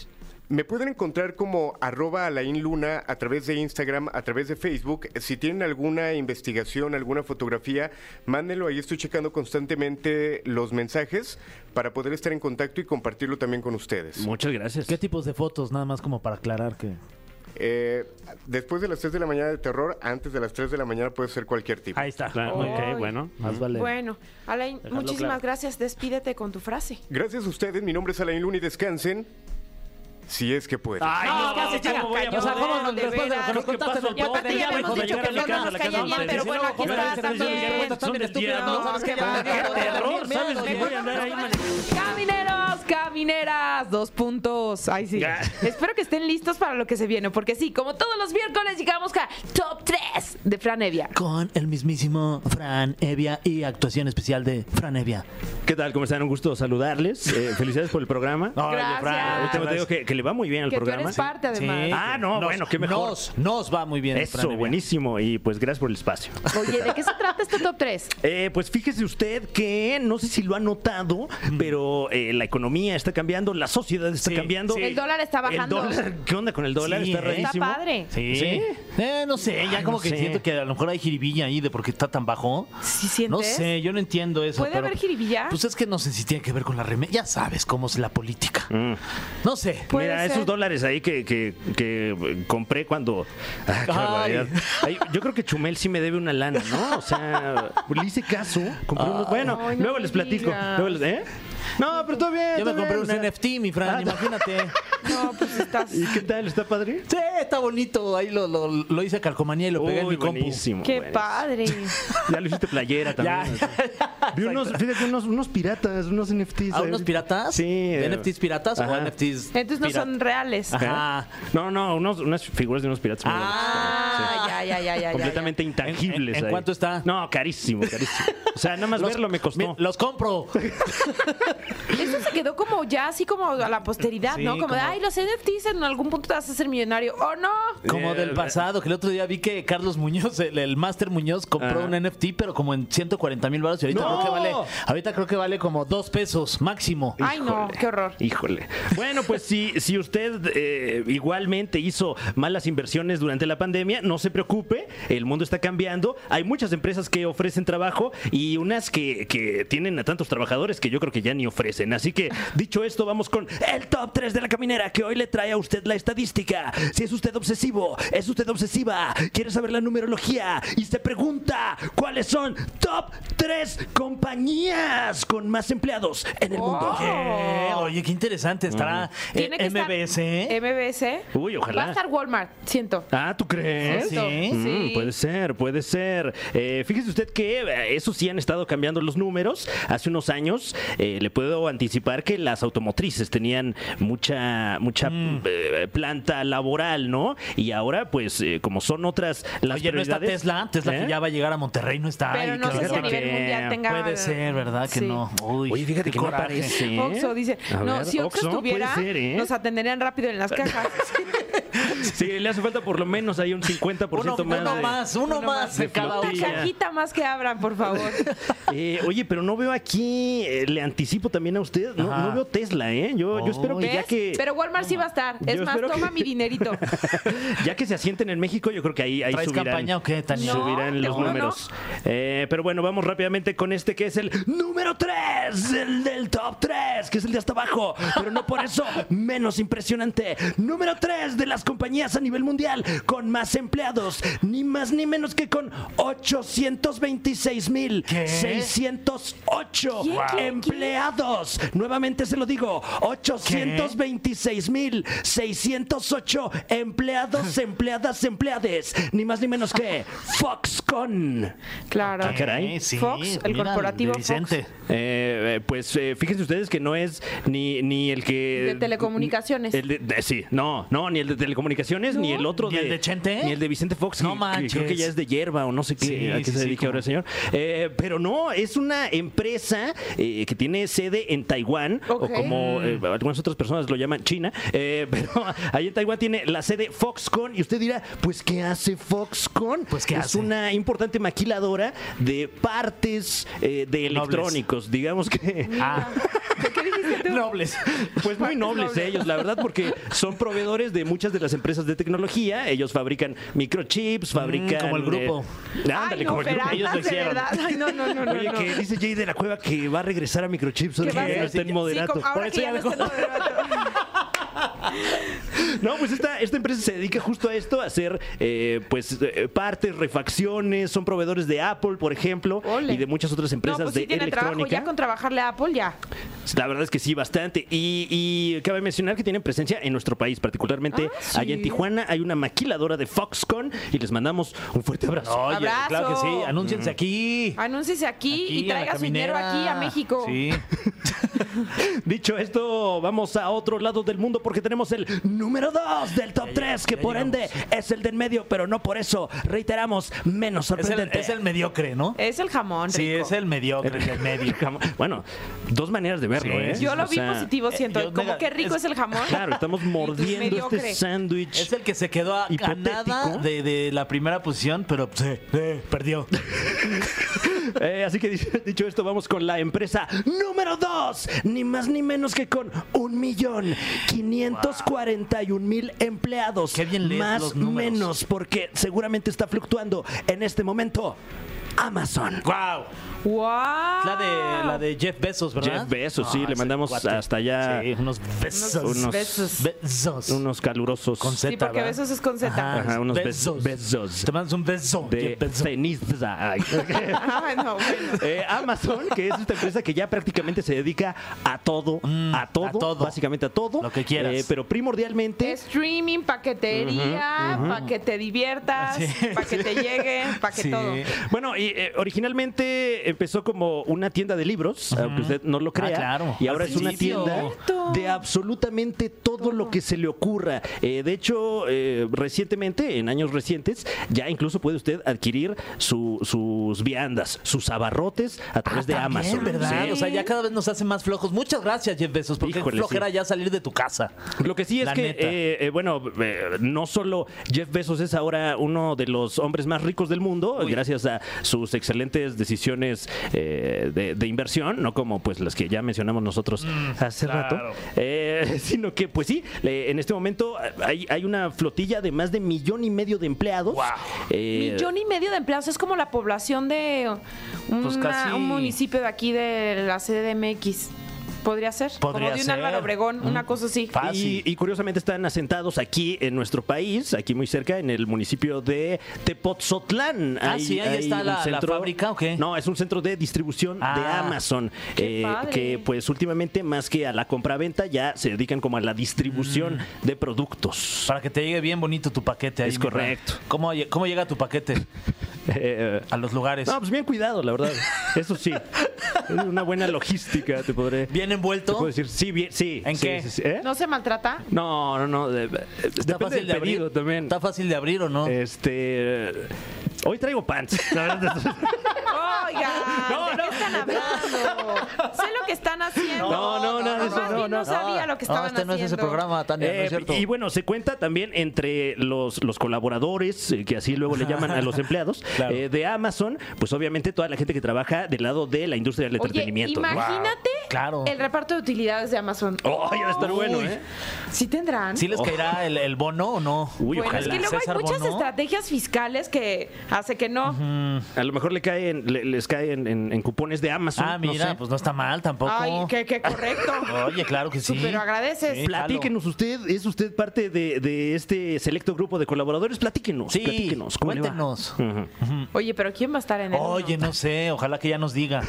[SPEAKER 6] Me pueden encontrar como arroba Alain Luna a través de Instagram, a través de Facebook. Si tienen alguna investigación, alguna fotografía, mándenlo. Ahí estoy checando constantemente los mensajes para poder estar en contacto y compartirlo también con ustedes.
[SPEAKER 3] Muchas gracias.
[SPEAKER 4] ¿Qué tipos de fotos? Nada más como para aclarar que.
[SPEAKER 6] Eh, después de las 3 de la mañana de terror, antes de las 3 de la mañana puede ser cualquier tipo.
[SPEAKER 3] Ahí está. Claro,
[SPEAKER 2] Ay.
[SPEAKER 3] ok, bueno.
[SPEAKER 4] Más vale.
[SPEAKER 2] Bueno, Alain,
[SPEAKER 4] Dejarlo
[SPEAKER 2] muchísimas
[SPEAKER 4] claro.
[SPEAKER 2] gracias. Despídete con tu frase.
[SPEAKER 6] Gracias a ustedes, mi nombre es Alain Luna y descansen si es que pueden.
[SPEAKER 3] Ay,
[SPEAKER 2] No,
[SPEAKER 3] no,
[SPEAKER 2] casi
[SPEAKER 3] ¿cómo
[SPEAKER 2] chica,
[SPEAKER 3] voy a
[SPEAKER 2] cañón,
[SPEAKER 4] O sea,
[SPEAKER 3] poder?
[SPEAKER 4] ¿cómo
[SPEAKER 2] de
[SPEAKER 4] después de lo que
[SPEAKER 2] veras.
[SPEAKER 4] nos contaste?
[SPEAKER 3] pasó?
[SPEAKER 4] nos
[SPEAKER 2] Y aparte
[SPEAKER 4] contaste?
[SPEAKER 2] ya habíamos
[SPEAKER 4] cuando
[SPEAKER 2] dicho
[SPEAKER 4] llegar
[SPEAKER 2] que
[SPEAKER 4] a mi
[SPEAKER 2] no
[SPEAKER 4] casa,
[SPEAKER 2] nos
[SPEAKER 4] la
[SPEAKER 2] caía
[SPEAKER 4] casa
[SPEAKER 2] bien,
[SPEAKER 4] donde
[SPEAKER 2] pero
[SPEAKER 4] te
[SPEAKER 2] bueno, aquí
[SPEAKER 4] hicieron,
[SPEAKER 2] está
[SPEAKER 4] joder,
[SPEAKER 2] también.
[SPEAKER 4] esas cuentas son
[SPEAKER 3] Son
[SPEAKER 4] estúpidas,
[SPEAKER 3] desviadas,
[SPEAKER 4] no sabes qué
[SPEAKER 3] ¿sabes
[SPEAKER 4] va.
[SPEAKER 3] qué? terror, ¿sabes? Ni voy a andar ahí manejando.
[SPEAKER 2] Camineros, camineras, dos puntos. Ay, sí.
[SPEAKER 3] Ya.
[SPEAKER 2] Espero que estén listos para lo que se viene, porque sí, como todos los miércoles, llegamos a Top 3 de Fran Evia.
[SPEAKER 4] Con el mismísimo Fran Evia y actuación especial de Fran Evia.
[SPEAKER 3] ¿Qué tal? ¿Cómo están? Un gusto saludarles. Eh, felicidades por el programa.
[SPEAKER 4] Oye,
[SPEAKER 2] Gracias.
[SPEAKER 3] Fran, ahorita te digo que, que le va muy bien al
[SPEAKER 2] Que tú
[SPEAKER 3] programa.
[SPEAKER 2] eres parte, además.
[SPEAKER 3] Ah, no, bueno, qué mejor.
[SPEAKER 4] Nos, nos va muy bien. Fran
[SPEAKER 3] Eso,
[SPEAKER 4] Evia.
[SPEAKER 3] buenísimo. Y pues gracias por el espacio.
[SPEAKER 2] Oye, ¿de qué se trata este Top 3?
[SPEAKER 3] Eh, pues fíjese usted que no sé si lo ha notado, pero eh, la economía está cambiando, la sociedad está
[SPEAKER 4] Sí,
[SPEAKER 3] cambiando.
[SPEAKER 4] sí.
[SPEAKER 2] El dólar está bajando.
[SPEAKER 3] El dólar, ¿Qué onda con el dólar?
[SPEAKER 4] Sí,
[SPEAKER 3] está
[SPEAKER 4] ¿eh?
[SPEAKER 2] Está
[SPEAKER 3] rarísimo.
[SPEAKER 2] padre.
[SPEAKER 4] Sí.
[SPEAKER 3] ¿Sí?
[SPEAKER 4] Eh, no sé, ya
[SPEAKER 3] Ay,
[SPEAKER 4] como
[SPEAKER 3] no
[SPEAKER 4] que
[SPEAKER 3] sé.
[SPEAKER 4] siento que a lo mejor hay jiribilla ahí de por qué está tan bajo.
[SPEAKER 2] ¿Sí sientes?
[SPEAKER 4] No sé, yo no entiendo eso.
[SPEAKER 2] ¿Puede
[SPEAKER 4] pero-
[SPEAKER 2] haber jiribilla?
[SPEAKER 4] Pues es que no sé si tiene que ver con la remera. Ya sabes cómo es la política. No sé.
[SPEAKER 2] Puede
[SPEAKER 3] Mira,
[SPEAKER 2] ser.
[SPEAKER 3] esos dólares ahí que, que- que compré cuando. Ah, qué
[SPEAKER 4] Ay.
[SPEAKER 3] barbaridad. Ay, yo creo que Chumel sí me debe una lana, ¿no? O sea, le hice caso. compré unos- bueno,
[SPEAKER 2] Ay, no
[SPEAKER 3] luego
[SPEAKER 2] me
[SPEAKER 3] les platico.
[SPEAKER 2] digas.
[SPEAKER 3] luego les- ¿eh? No, pero todo bien.
[SPEAKER 4] Yo me
[SPEAKER 3] todo
[SPEAKER 4] compré un
[SPEAKER 3] bien.
[SPEAKER 4] NFT, mi Fran,
[SPEAKER 3] Ah,
[SPEAKER 4] imagínate.
[SPEAKER 2] No, pues estás.
[SPEAKER 3] ¿Y qué tal? ¿Está padre?
[SPEAKER 4] Sí, está bonito. Ahí lo, lo, lo hice a calcomanía y lo pegué en
[SPEAKER 3] Uy,
[SPEAKER 4] mi compu.
[SPEAKER 3] buenísimo.
[SPEAKER 2] Qué
[SPEAKER 3] buenísimo.
[SPEAKER 2] padre.
[SPEAKER 3] Ya lo hiciste playera también.
[SPEAKER 4] Ya,
[SPEAKER 3] Vi unos, fíjate, unos, unos piratas, unos NFTs.
[SPEAKER 4] ¿A Ah, unos piratas?
[SPEAKER 3] Sí. eh,
[SPEAKER 4] ¿NFTs piratas
[SPEAKER 3] ajá.
[SPEAKER 4] o NFTs?
[SPEAKER 2] Entonces no
[SPEAKER 4] pirata?
[SPEAKER 2] son reales.
[SPEAKER 3] Ajá.
[SPEAKER 4] Ah.
[SPEAKER 3] No, no, unos- unas figuras de unos piratas. muy buenas. Sí.
[SPEAKER 2] Ah, ya, ya, ya, ya, ya.
[SPEAKER 3] Completamente
[SPEAKER 4] ¿En-
[SPEAKER 3] intangibles.
[SPEAKER 4] en- en
[SPEAKER 3] ahí.
[SPEAKER 4] cuánto está?
[SPEAKER 3] No, carísimo, carísimo. O sea, nada más verlo me costó.
[SPEAKER 4] Mi- Los compro.
[SPEAKER 2] Eso se quedó como ya así como a la posteridad,
[SPEAKER 4] Sí,
[SPEAKER 2] ¿no? Como, de,
[SPEAKER 4] como-
[SPEAKER 2] ay, los NFTs en algún punto te vas a hacer millonario. ¡Oh, no!
[SPEAKER 4] Como del pasado, que el otro día vi que Carlos Muñoz, el, el Master Muñoz, compró
[SPEAKER 3] Ajá.
[SPEAKER 4] un NFT, pero como en 140 mil baros y ahorita
[SPEAKER 3] ¡No!
[SPEAKER 4] creo que vale, ahorita creo que vale como dos pesos máximo.
[SPEAKER 2] ¡Ay, no! ¡Qué horror!
[SPEAKER 3] Híjole. Eh, Bueno, pues si, si usted eh, igualmente hizo malas inversiones durante la pandemia, no se preocupe, el mundo está cambiando. Hay muchas empresas que ofrecen trabajo y unas que, que tienen a tantos trabajadores que yo creo que ya ni ofrecen. Así que, dicho esto, vamos con el top 3 de la caminera. Caminera que hoy le trae a usted la estadística. Si es usted obsesivo, es usted obsesiva, quiere saber la numerología y se pregunta cuáles son top 3 compañías con más empleados en el mundo.
[SPEAKER 4] Eh, Oye, qué interesante. Estará
[SPEAKER 2] Oh. Tiene que
[SPEAKER 4] eh, MBS.
[SPEAKER 2] estar MBS.
[SPEAKER 3] Uy, ojalá.
[SPEAKER 2] Va a estar Walmart, siento.
[SPEAKER 3] Ah, ¿tú crees?
[SPEAKER 2] Siento,
[SPEAKER 4] sí?
[SPEAKER 3] Mm, puede ser, puede ser. Eh, fíjese usted que eh, eso sí han estado cambiando los números. Hace unos años eh, le puedo anticipar que las automotrices tenían mucha mucha
[SPEAKER 4] Mm.
[SPEAKER 3] eh, planta laboral, ¿no? Y ahora, pues, eh, como son otras las
[SPEAKER 4] Oye, no está
[SPEAKER 3] prioridades-
[SPEAKER 4] Tesla. Tesla
[SPEAKER 3] ¿Eh?
[SPEAKER 4] que ya va a llegar a Monterrey, no está.
[SPEAKER 2] Pero
[SPEAKER 4] ahí,
[SPEAKER 2] no sé si a
[SPEAKER 4] cabrón.
[SPEAKER 3] fíjate
[SPEAKER 2] nivel
[SPEAKER 3] que
[SPEAKER 2] mundial tenga.
[SPEAKER 4] Puede ser, ¿verdad? Que
[SPEAKER 2] Sí.
[SPEAKER 4] no. Uy,
[SPEAKER 3] Oye, fíjate
[SPEAKER 4] qué
[SPEAKER 3] que no
[SPEAKER 4] coraje.
[SPEAKER 3] parece. ¿eh?
[SPEAKER 2] Oxxo dice,
[SPEAKER 3] A
[SPEAKER 2] no,
[SPEAKER 3] ver,
[SPEAKER 2] si Oxxo
[SPEAKER 3] puede
[SPEAKER 2] estuviera,
[SPEAKER 3] ser, ¿eh?
[SPEAKER 2] nos atenderían rápido en las cajas.
[SPEAKER 3] Sí, le hace falta por lo menos hay un 50% más.
[SPEAKER 4] Uno, uno
[SPEAKER 3] de-
[SPEAKER 4] más, uno, más
[SPEAKER 3] de
[SPEAKER 4] en cada
[SPEAKER 2] Una
[SPEAKER 3] flotilla.
[SPEAKER 4] uno.
[SPEAKER 2] cajita más que abran, por favor.
[SPEAKER 3] Eh, oye, pero no veo aquí, eh, le anticipo también a usted, no,
[SPEAKER 4] Ajá.
[SPEAKER 3] no veo Tesla, ¿eh? Yo, yo espero que ya
[SPEAKER 2] ¿Ves?
[SPEAKER 3] que...
[SPEAKER 2] Pero Walmart sí va a estar. Es
[SPEAKER 3] Yo
[SPEAKER 2] más,
[SPEAKER 3] espero que-
[SPEAKER 2] toma mi dinerito.
[SPEAKER 3] ya que se asienten en México, yo creo que ahí, ahí
[SPEAKER 4] ¿Traes
[SPEAKER 3] subirán,
[SPEAKER 4] campaña o qué, Tania?
[SPEAKER 2] No,
[SPEAKER 3] subirán
[SPEAKER 2] te
[SPEAKER 3] los
[SPEAKER 2] juro,
[SPEAKER 3] números. Eh, pero bueno, vamos rápidamente con este que es el número 3, el del top 3, que es el de hasta abajo, pero no por eso menos impresionante. Número 3 de las compañías a nivel mundial con más empleados, ni más ni menos que con 826 mil
[SPEAKER 4] ¿Qué?
[SPEAKER 3] 608
[SPEAKER 2] ¿Quién, quién, quién?
[SPEAKER 3] empleados. Nuevamente se lo digo, 826,608 empleados, empleadas, empleades. Ni más ni menos que Foxconn.
[SPEAKER 2] Claro.
[SPEAKER 3] Ah, caray.
[SPEAKER 4] Eh, sí,
[SPEAKER 2] Fox, el
[SPEAKER 4] mira, de
[SPEAKER 2] corporativo Fox.
[SPEAKER 4] Vicente.
[SPEAKER 3] Eh, eh, pues eh, fíjense ustedes que no es ni, ni el que.
[SPEAKER 2] De telecomunicaciones.
[SPEAKER 3] El de- de- sí, no, no, ni el de telecomunicaciones, ni el otro
[SPEAKER 4] ¿Ni
[SPEAKER 3] de.
[SPEAKER 4] el de Chente?
[SPEAKER 3] Ni el de Vicente Fox.
[SPEAKER 4] No
[SPEAKER 3] que- que Creo que
[SPEAKER 4] manches.
[SPEAKER 3] ya es de hierba o no sé qué,
[SPEAKER 4] Sí,
[SPEAKER 3] a qué
[SPEAKER 4] sí,
[SPEAKER 3] se
[SPEAKER 4] sí,
[SPEAKER 3] dedica
[SPEAKER 4] como-
[SPEAKER 3] ahora el señor. Eh, pero no, es una empresa eh, que tiene sede en Taiwán,
[SPEAKER 2] Ok.
[SPEAKER 3] o como eh, algunas otras personas lo llaman China, eh, pero ahí en Taiwán tiene la sede Foxconn y usted dirá, pues ¿qué hace Foxconn?
[SPEAKER 4] Pues, ¿qué
[SPEAKER 3] es
[SPEAKER 4] hace?
[SPEAKER 3] una importante maquiladora de partes eh, de
[SPEAKER 4] Nobles.
[SPEAKER 3] electrónicos, digamos que...
[SPEAKER 4] Ah,
[SPEAKER 2] ¿Qué dijiste tú?
[SPEAKER 4] nobles.
[SPEAKER 3] Pues muy
[SPEAKER 2] Partes
[SPEAKER 3] nobles
[SPEAKER 2] nobles.
[SPEAKER 3] ellos, la verdad, porque son proveedores de muchas de las empresas de tecnología. Ellos fabrican microchips, fabrican...
[SPEAKER 4] como el grupo.
[SPEAKER 3] eh,
[SPEAKER 2] Ay,
[SPEAKER 3] ándale,
[SPEAKER 2] no,
[SPEAKER 3] como el grupo.
[SPEAKER 2] Ferán,
[SPEAKER 3] Ellos lo
[SPEAKER 2] de
[SPEAKER 3] hicieron.
[SPEAKER 2] verdad. Ay, no, no, no, no.
[SPEAKER 3] Oye,
[SPEAKER 2] no.
[SPEAKER 3] que dice Jay de la Cueva que va a regresar a microchips ahora
[SPEAKER 2] Que
[SPEAKER 3] que
[SPEAKER 2] va a
[SPEAKER 3] ya no
[SPEAKER 2] ser-
[SPEAKER 3] está en
[SPEAKER 2] sí,
[SPEAKER 3] moderato.
[SPEAKER 2] como- ahora
[SPEAKER 4] Por eso
[SPEAKER 2] que
[SPEAKER 4] ya
[SPEAKER 2] ya no está en moderato.
[SPEAKER 3] No, pues esta, esta empresa se dedica justo a esto, a hacer eh, pues eh, partes, refacciones, son proveedores de Apple, por ejemplo,
[SPEAKER 2] Ole.
[SPEAKER 3] y de muchas otras
[SPEAKER 2] No,
[SPEAKER 3] empresas
[SPEAKER 2] pues
[SPEAKER 3] de
[SPEAKER 2] sí tiene trabajo.
[SPEAKER 3] electrónica.
[SPEAKER 2] Ya con trabajarle a Apple, ya.
[SPEAKER 3] La verdad es que sí, bastante. Y, y cabe mencionar que tienen presencia en nuestro país, particularmente
[SPEAKER 2] Ah, sí.
[SPEAKER 3] allá en Tijuana. Hay una maquiladora de Foxconn y les mandamos un fuerte abrazo.
[SPEAKER 4] Oye,
[SPEAKER 2] Abrazo.
[SPEAKER 4] claro que sí. Anúnciense aquí.
[SPEAKER 2] Anúnciese aquí,
[SPEAKER 4] Aquí,
[SPEAKER 2] y
[SPEAKER 4] a la
[SPEAKER 2] traiga su dinero
[SPEAKER 4] caminera.
[SPEAKER 2] aquí a México.
[SPEAKER 4] Sí.
[SPEAKER 3] Dicho esto, vamos a otro lado del mundo porque tenemos el número 2 del top 3, que
[SPEAKER 4] ya
[SPEAKER 3] por ende es el del medio, pero no por eso, reiteramos, menos
[SPEAKER 4] Es el,
[SPEAKER 3] sorprendente.
[SPEAKER 4] es el mediocre, ¿no?
[SPEAKER 2] Es el jamón.
[SPEAKER 4] Sí,
[SPEAKER 2] rico.
[SPEAKER 4] es el mediocre, el del medio.
[SPEAKER 3] Bueno, dos maneras de verlo,
[SPEAKER 4] Sí.
[SPEAKER 3] ¿eh?
[SPEAKER 2] Yo lo
[SPEAKER 3] O
[SPEAKER 2] vi
[SPEAKER 3] sea,
[SPEAKER 2] positivo, siento.
[SPEAKER 4] yo
[SPEAKER 2] como
[SPEAKER 4] nega-
[SPEAKER 2] que rico es,
[SPEAKER 4] es-
[SPEAKER 2] el jamón.
[SPEAKER 3] Claro, estamos
[SPEAKER 2] Y tú es
[SPEAKER 3] mordiendo
[SPEAKER 2] mediocre.
[SPEAKER 3] este sándwich.
[SPEAKER 4] Es el que se quedó a, a
[SPEAKER 3] Hipotético.
[SPEAKER 4] nada de, de la primera posición, pero pues, eh, eh, perdió.
[SPEAKER 3] Eh, así que dicho, dicho esto, vamos con la empresa número 2, ni más ni menos que con un millón quinientos cuarenta y un mil empleados.
[SPEAKER 4] Qué bien lees
[SPEAKER 3] más
[SPEAKER 4] los números.
[SPEAKER 3] menos, porque seguramente está fluctuando en este momento. Amazon.
[SPEAKER 4] ¡Wow!
[SPEAKER 2] ¡Wow!
[SPEAKER 4] La de, la de Jeff Bezos, ¿verdad? Ah,
[SPEAKER 3] Jeff Bezos, sí, le
[SPEAKER 4] ese
[SPEAKER 3] mandamos hasta allá
[SPEAKER 4] Sí, unos besos.
[SPEAKER 3] unos-
[SPEAKER 2] besos.
[SPEAKER 4] besos.
[SPEAKER 3] Unos calurosos
[SPEAKER 4] Con Z,
[SPEAKER 2] Sí, porque
[SPEAKER 4] ¿verdad?
[SPEAKER 2] besos es con Z.
[SPEAKER 4] Ajá,
[SPEAKER 3] Ajá, unos
[SPEAKER 4] besos.
[SPEAKER 3] besos.
[SPEAKER 4] Te mandas un beso.
[SPEAKER 3] de
[SPEAKER 4] Jeff Bezos.
[SPEAKER 3] ceniza. Ay.
[SPEAKER 2] Ay, no, Ah, bueno.
[SPEAKER 3] Eh, Amazon, que es esta empresa que ya prácticamente se dedica a todo,
[SPEAKER 4] Mm,
[SPEAKER 3] a todo,
[SPEAKER 4] a todo.
[SPEAKER 3] básicamente a todo. Eh,
[SPEAKER 4] Lo que quieras.
[SPEAKER 3] pero primordialmente
[SPEAKER 2] Streaming, paquetería, para que te diviertas,
[SPEAKER 4] Sí.
[SPEAKER 2] para que te llegue, para que
[SPEAKER 4] Sí.
[SPEAKER 2] todo.
[SPEAKER 3] Bueno, y, eh, originalmente empezó como una tienda de libros, aunque usted no lo crea.
[SPEAKER 4] Ah, claro.
[SPEAKER 3] Y ahora
[SPEAKER 4] Al
[SPEAKER 3] es una
[SPEAKER 4] principio.
[SPEAKER 3] tienda
[SPEAKER 2] Cierto.
[SPEAKER 3] de absolutamente todo lo que se le ocurra. Eh, de hecho, eh, recientemente, en años recientes, ya incluso puede usted adquirir su- sus viandas, sus abarrotes a través de
[SPEAKER 4] Ah, También,
[SPEAKER 3] Amazon.
[SPEAKER 4] ¿verdad?
[SPEAKER 3] Sí.
[SPEAKER 4] O sea, ya cada vez nos hace más flojos. Muchas gracias, Jeff Bezos, porque
[SPEAKER 3] Híjole,
[SPEAKER 4] flojera
[SPEAKER 3] sí.
[SPEAKER 4] ya salir de tu casa.
[SPEAKER 3] Lo que sí es
[SPEAKER 4] La
[SPEAKER 3] que,
[SPEAKER 4] neta.
[SPEAKER 3] eh, eh, bueno, eh, no solo Jeff Bezos es ahora uno de los hombres más ricos del mundo, gracias a sus excelentes decisiones eh, de, de inversión, no como pues las que ya mencionamos nosotros
[SPEAKER 4] Mm,
[SPEAKER 3] hace rato, Eh, sino que pues sí, le- en este momento hay, hay una flotilla de más de millón y medio de empleados. Eh,
[SPEAKER 2] Millón y medio de empleados. Es como la población de una-
[SPEAKER 4] Pues casi-
[SPEAKER 2] un municipio de aquí de la CDMX. Podría ser.
[SPEAKER 4] Podría
[SPEAKER 2] Como de un Álvaro
[SPEAKER 4] ser.
[SPEAKER 2] Obregón, una cosa así.
[SPEAKER 4] Fácil.
[SPEAKER 3] Y, y curiosamente están asentados aquí en nuestro país, aquí muy cerca, en el municipio de Tepotzotlán.
[SPEAKER 4] Ah,
[SPEAKER 3] Hay-
[SPEAKER 4] sí, ahí
[SPEAKER 3] hay
[SPEAKER 4] está
[SPEAKER 3] un
[SPEAKER 4] la- la fábrica, ¿o qué?
[SPEAKER 3] No, es un centro de distribución de
[SPEAKER 4] Ah,
[SPEAKER 3] Amazon.
[SPEAKER 2] qué padre.
[SPEAKER 3] que pues últimamente más que a la compraventa ya se dedican como a la distribución
[SPEAKER 4] Mm.
[SPEAKER 3] de productos.
[SPEAKER 4] Para que te llegue bien bonito tu paquete. Ahí,
[SPEAKER 3] Es
[SPEAKER 4] mi Fran.
[SPEAKER 3] correcto.
[SPEAKER 4] ¿Cómo, lle- ¿Cómo llega tu paquete
[SPEAKER 3] Eh,
[SPEAKER 4] a los lugares?
[SPEAKER 3] no, pues bien cuidado, la verdad. Eso sí. Es una buena logística, te podré.
[SPEAKER 4] ¿Bien
[SPEAKER 3] te
[SPEAKER 4] envuelto?
[SPEAKER 3] puedo decir, sí, bien, sí.
[SPEAKER 4] ¿En
[SPEAKER 3] sí,
[SPEAKER 4] qué?
[SPEAKER 3] sí, sí. ¿Eh?
[SPEAKER 2] ¿No se maltrata?
[SPEAKER 3] No, no, no. de- de-
[SPEAKER 4] ¿Está
[SPEAKER 3] depende del
[SPEAKER 4] fácil de
[SPEAKER 3] pedido
[SPEAKER 4] abrir?
[SPEAKER 3] también.
[SPEAKER 4] ¿Está fácil de abrir o no?
[SPEAKER 3] Este. eh, Hoy traigo pants.
[SPEAKER 2] Oigan,
[SPEAKER 3] No,
[SPEAKER 2] ¿de
[SPEAKER 3] no.
[SPEAKER 2] qué están hablando? sé lo que están haciendo.
[SPEAKER 3] No, no, nada de eso,
[SPEAKER 2] Más
[SPEAKER 3] no,
[SPEAKER 2] bien
[SPEAKER 3] no.
[SPEAKER 2] sabía lo que estaban
[SPEAKER 4] este no es ese
[SPEAKER 2] haciendo.
[SPEAKER 4] programa, Tania, no
[SPEAKER 3] Eh,
[SPEAKER 4] es cierto.
[SPEAKER 3] y bueno, se cuenta también entre los, los colaboradores, eh, que así luego le llaman a los empleados,
[SPEAKER 4] Claro.
[SPEAKER 3] eh, de Amazon, pues obviamente toda la gente que trabaja del lado de la industria del
[SPEAKER 2] Oye,
[SPEAKER 3] entretenimiento. ¿no?
[SPEAKER 2] imagínate
[SPEAKER 4] Claro.
[SPEAKER 2] el reparto de utilidades de Amazon.
[SPEAKER 3] Oh, ya va a estar bueno, ¿eh?
[SPEAKER 2] Sí tendrán.
[SPEAKER 4] ¿Sí les caerá el, el bono o no?
[SPEAKER 3] Uy,
[SPEAKER 2] bueno, es
[SPEAKER 3] ojalá.
[SPEAKER 2] que luego hay
[SPEAKER 4] César
[SPEAKER 2] muchas
[SPEAKER 4] Bono.
[SPEAKER 2] estrategias fiscales que hace que no.
[SPEAKER 3] A lo mejor le caen, le- les caen en, en cupones de Amazon.
[SPEAKER 4] Ah, mira,
[SPEAKER 3] no sé.
[SPEAKER 4] pues no está mal tampoco.
[SPEAKER 2] Ay, qué, qué correcto.
[SPEAKER 4] Oye, claro que sí.
[SPEAKER 2] Pero agradeces.
[SPEAKER 4] Sí.
[SPEAKER 3] Platíquenos usted, es usted parte de, de este selecto grupo de colaboradores, platíquenos,
[SPEAKER 4] Sí,
[SPEAKER 3] platíquenos, ¿cómo le va? Mm.
[SPEAKER 4] cuéntenos.
[SPEAKER 3] Ujú.
[SPEAKER 2] Oye, pero ¿quién va a estar en el
[SPEAKER 4] Oye, no sé, ojalá que ya nos diga.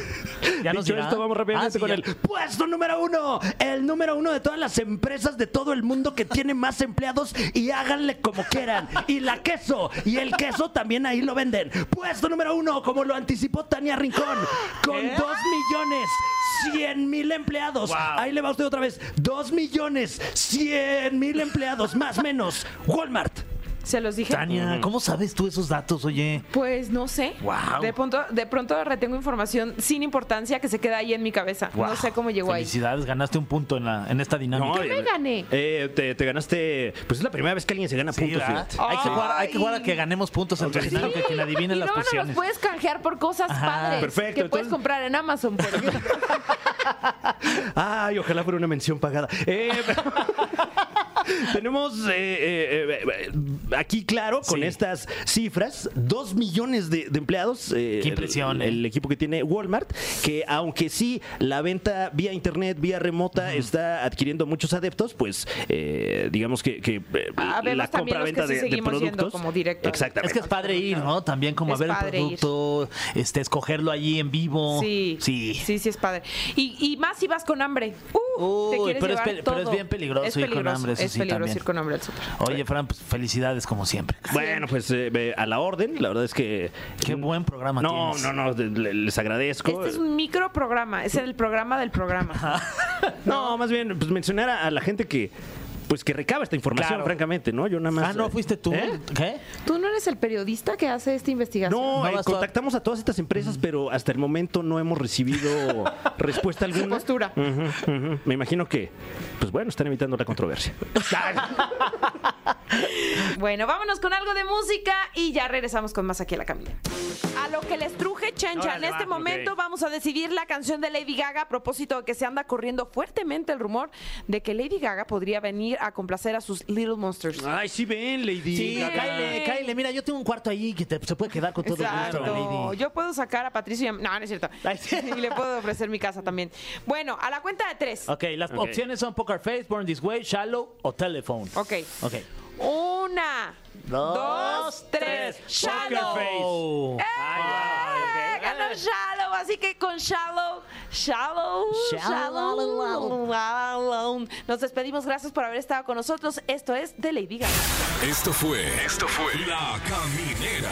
[SPEAKER 4] Ya nos
[SPEAKER 3] Dicho
[SPEAKER 4] dirá?
[SPEAKER 3] esto, vamos rápidamente
[SPEAKER 4] Ah, sí,
[SPEAKER 3] con
[SPEAKER 4] ya.
[SPEAKER 3] el puesto número uno. El número uno de todas las empresas de todo el mundo que tiene más empleados y háganle como quieran. Y la queso. Y el queso también ahí lo venden. Puesto número uno, como lo anticipó Tania Rincón, con
[SPEAKER 4] ¿Qué?
[SPEAKER 3] dos millones. 100 mil empleados. Ahí le va usted otra vez. Dos millones. 100 mil empleados. Más menos. Walmart.
[SPEAKER 2] Se los dije.
[SPEAKER 4] Tania, ¿cómo sabes tú esos datos, oye?
[SPEAKER 2] Pues no sé.
[SPEAKER 4] Guau.
[SPEAKER 2] De pronto, de pronto retengo información sin importancia que se queda ahí en mi cabeza. No sé cómo llegó ahí.
[SPEAKER 4] Felicidades, ganaste un punto en, la, en esta dinámica.
[SPEAKER 2] ¿Qué me gané?
[SPEAKER 3] Eh, te, te ganaste. Pues es la primera vez que alguien se gana
[SPEAKER 4] Sí,
[SPEAKER 3] puntos.
[SPEAKER 4] ¿verdad?
[SPEAKER 3] fíjate.
[SPEAKER 4] hay, que jugar, hay que jugar a que ganemos puntos en
[SPEAKER 2] Sí,
[SPEAKER 4] que quien adivine
[SPEAKER 2] y
[SPEAKER 4] las
[SPEAKER 2] luego no los
[SPEAKER 4] posiciones.
[SPEAKER 2] puedes canjear por cosas
[SPEAKER 4] Ajá.
[SPEAKER 2] padres
[SPEAKER 3] Perfecto,
[SPEAKER 2] que puedes
[SPEAKER 3] entonces-
[SPEAKER 2] comprar en Amazon, por ejemplo.
[SPEAKER 3] Ay, ojalá fuera una mención pagada. Eh, tenemos eh, eh, eh, eh, aquí, claro, con
[SPEAKER 4] Sí.
[SPEAKER 3] estas cifras, dos millones de, de empleados. eh,
[SPEAKER 4] Qué impresión,
[SPEAKER 3] El, el
[SPEAKER 4] eh.
[SPEAKER 3] equipo que tiene Walmart, que aunque sí la venta vía internet, vía remota, está adquiriendo muchos adeptos, pues eh, digamos que, que, eh,
[SPEAKER 2] Habemos
[SPEAKER 3] la
[SPEAKER 2] Ah, también los que
[SPEAKER 3] compraventa
[SPEAKER 2] sí
[SPEAKER 3] de, de
[SPEAKER 2] seguimos yendo
[SPEAKER 3] productos.
[SPEAKER 2] como directo.
[SPEAKER 3] Exactamente.
[SPEAKER 4] Es que es padre ir, ¿no? También como
[SPEAKER 2] Es
[SPEAKER 4] a ver el
[SPEAKER 2] padre ir.
[SPEAKER 4] producto, este, escogerlo allí en vivo.
[SPEAKER 2] Sí,
[SPEAKER 4] Sí.
[SPEAKER 2] sí, sí es padre. Y, y más si vas con hambre. Uh, te
[SPEAKER 4] Uy,
[SPEAKER 2] quieres
[SPEAKER 4] pero es
[SPEAKER 2] llevar
[SPEAKER 4] pe- pero es
[SPEAKER 2] todo.
[SPEAKER 4] bien peligroso
[SPEAKER 2] Es
[SPEAKER 4] ir con
[SPEAKER 2] peligroso,
[SPEAKER 4] hambre, eso
[SPEAKER 2] es
[SPEAKER 4] sí,
[SPEAKER 2] peligroso
[SPEAKER 4] también.
[SPEAKER 2] ir con hambre al súper.
[SPEAKER 4] Oye, Fran, pues felicidades como siempre.
[SPEAKER 3] Bueno, pues eh, eh, a la orden, la verdad es que...
[SPEAKER 4] Qué buen programa
[SPEAKER 3] No,
[SPEAKER 4] tienes.
[SPEAKER 3] no, no, de- le- les agradezco.
[SPEAKER 2] Este es un micro programa, es el programa del programa.
[SPEAKER 3] No, más bien, pues mencionar a, a la gente que pues que recaba esta información,
[SPEAKER 4] Claro.
[SPEAKER 3] francamente, ¿no? Yo nada más.
[SPEAKER 4] Ah, no,
[SPEAKER 3] eh,
[SPEAKER 4] fuiste tú.
[SPEAKER 3] ¿Eh?
[SPEAKER 4] ¿Qué?
[SPEAKER 2] ¿Tú no eres el periodista que hace esta investigación?
[SPEAKER 3] No,
[SPEAKER 4] No
[SPEAKER 3] eh,
[SPEAKER 4] vas tú a-
[SPEAKER 3] contactamos a todas estas empresas, pero hasta el momento no hemos recibido respuesta alguna.
[SPEAKER 2] Postura.
[SPEAKER 3] Ujú, ujú. Me imagino que, pues bueno, están evitando la controversia.
[SPEAKER 2] Bueno, vámonos con algo de música y ya regresamos con más aquí a la camina. A lo que les truje, chancha. En
[SPEAKER 3] Órale,
[SPEAKER 2] este
[SPEAKER 3] va,
[SPEAKER 2] momento
[SPEAKER 3] ok.
[SPEAKER 2] vamos a decidir la canción de Lady Gaga a propósito de que se anda corriendo fuertemente el rumor de que Lady Gaga podría venir a complacer a sus Little Monsters.
[SPEAKER 3] Ay, sí ven, Lady.
[SPEAKER 4] Sí,
[SPEAKER 2] Gaga.
[SPEAKER 4] Kyle, Kyle, mira, yo tengo un cuarto ahí que te- se puede quedar con todo gusto,
[SPEAKER 2] Exacto.
[SPEAKER 4] lady.
[SPEAKER 2] Yo puedo sacar a Patricio y a- No, no es cierto.
[SPEAKER 4] Ay, sí.
[SPEAKER 2] Y le puedo ofrecer mi casa también. Bueno, a la cuenta de tres.
[SPEAKER 4] Ok, las
[SPEAKER 3] Ok.
[SPEAKER 4] opciones son Poker Face, Born This Way, Shallow o Telephone.
[SPEAKER 2] Ok.
[SPEAKER 4] Ok.
[SPEAKER 2] Una,
[SPEAKER 4] Dos,
[SPEAKER 2] dos, tres.
[SPEAKER 4] tres.
[SPEAKER 2] Shallow.
[SPEAKER 4] Oh.
[SPEAKER 2] ¡Eh! Ganó Shallow, así que con Shallow, Shallow,
[SPEAKER 4] Shallow,
[SPEAKER 2] Shallow, Shallow. Nos despedimos, gracias por haber estado con nosotros. Esto es The Lady Gaga.
[SPEAKER 1] Esto fue. Esto fue. La Caminera.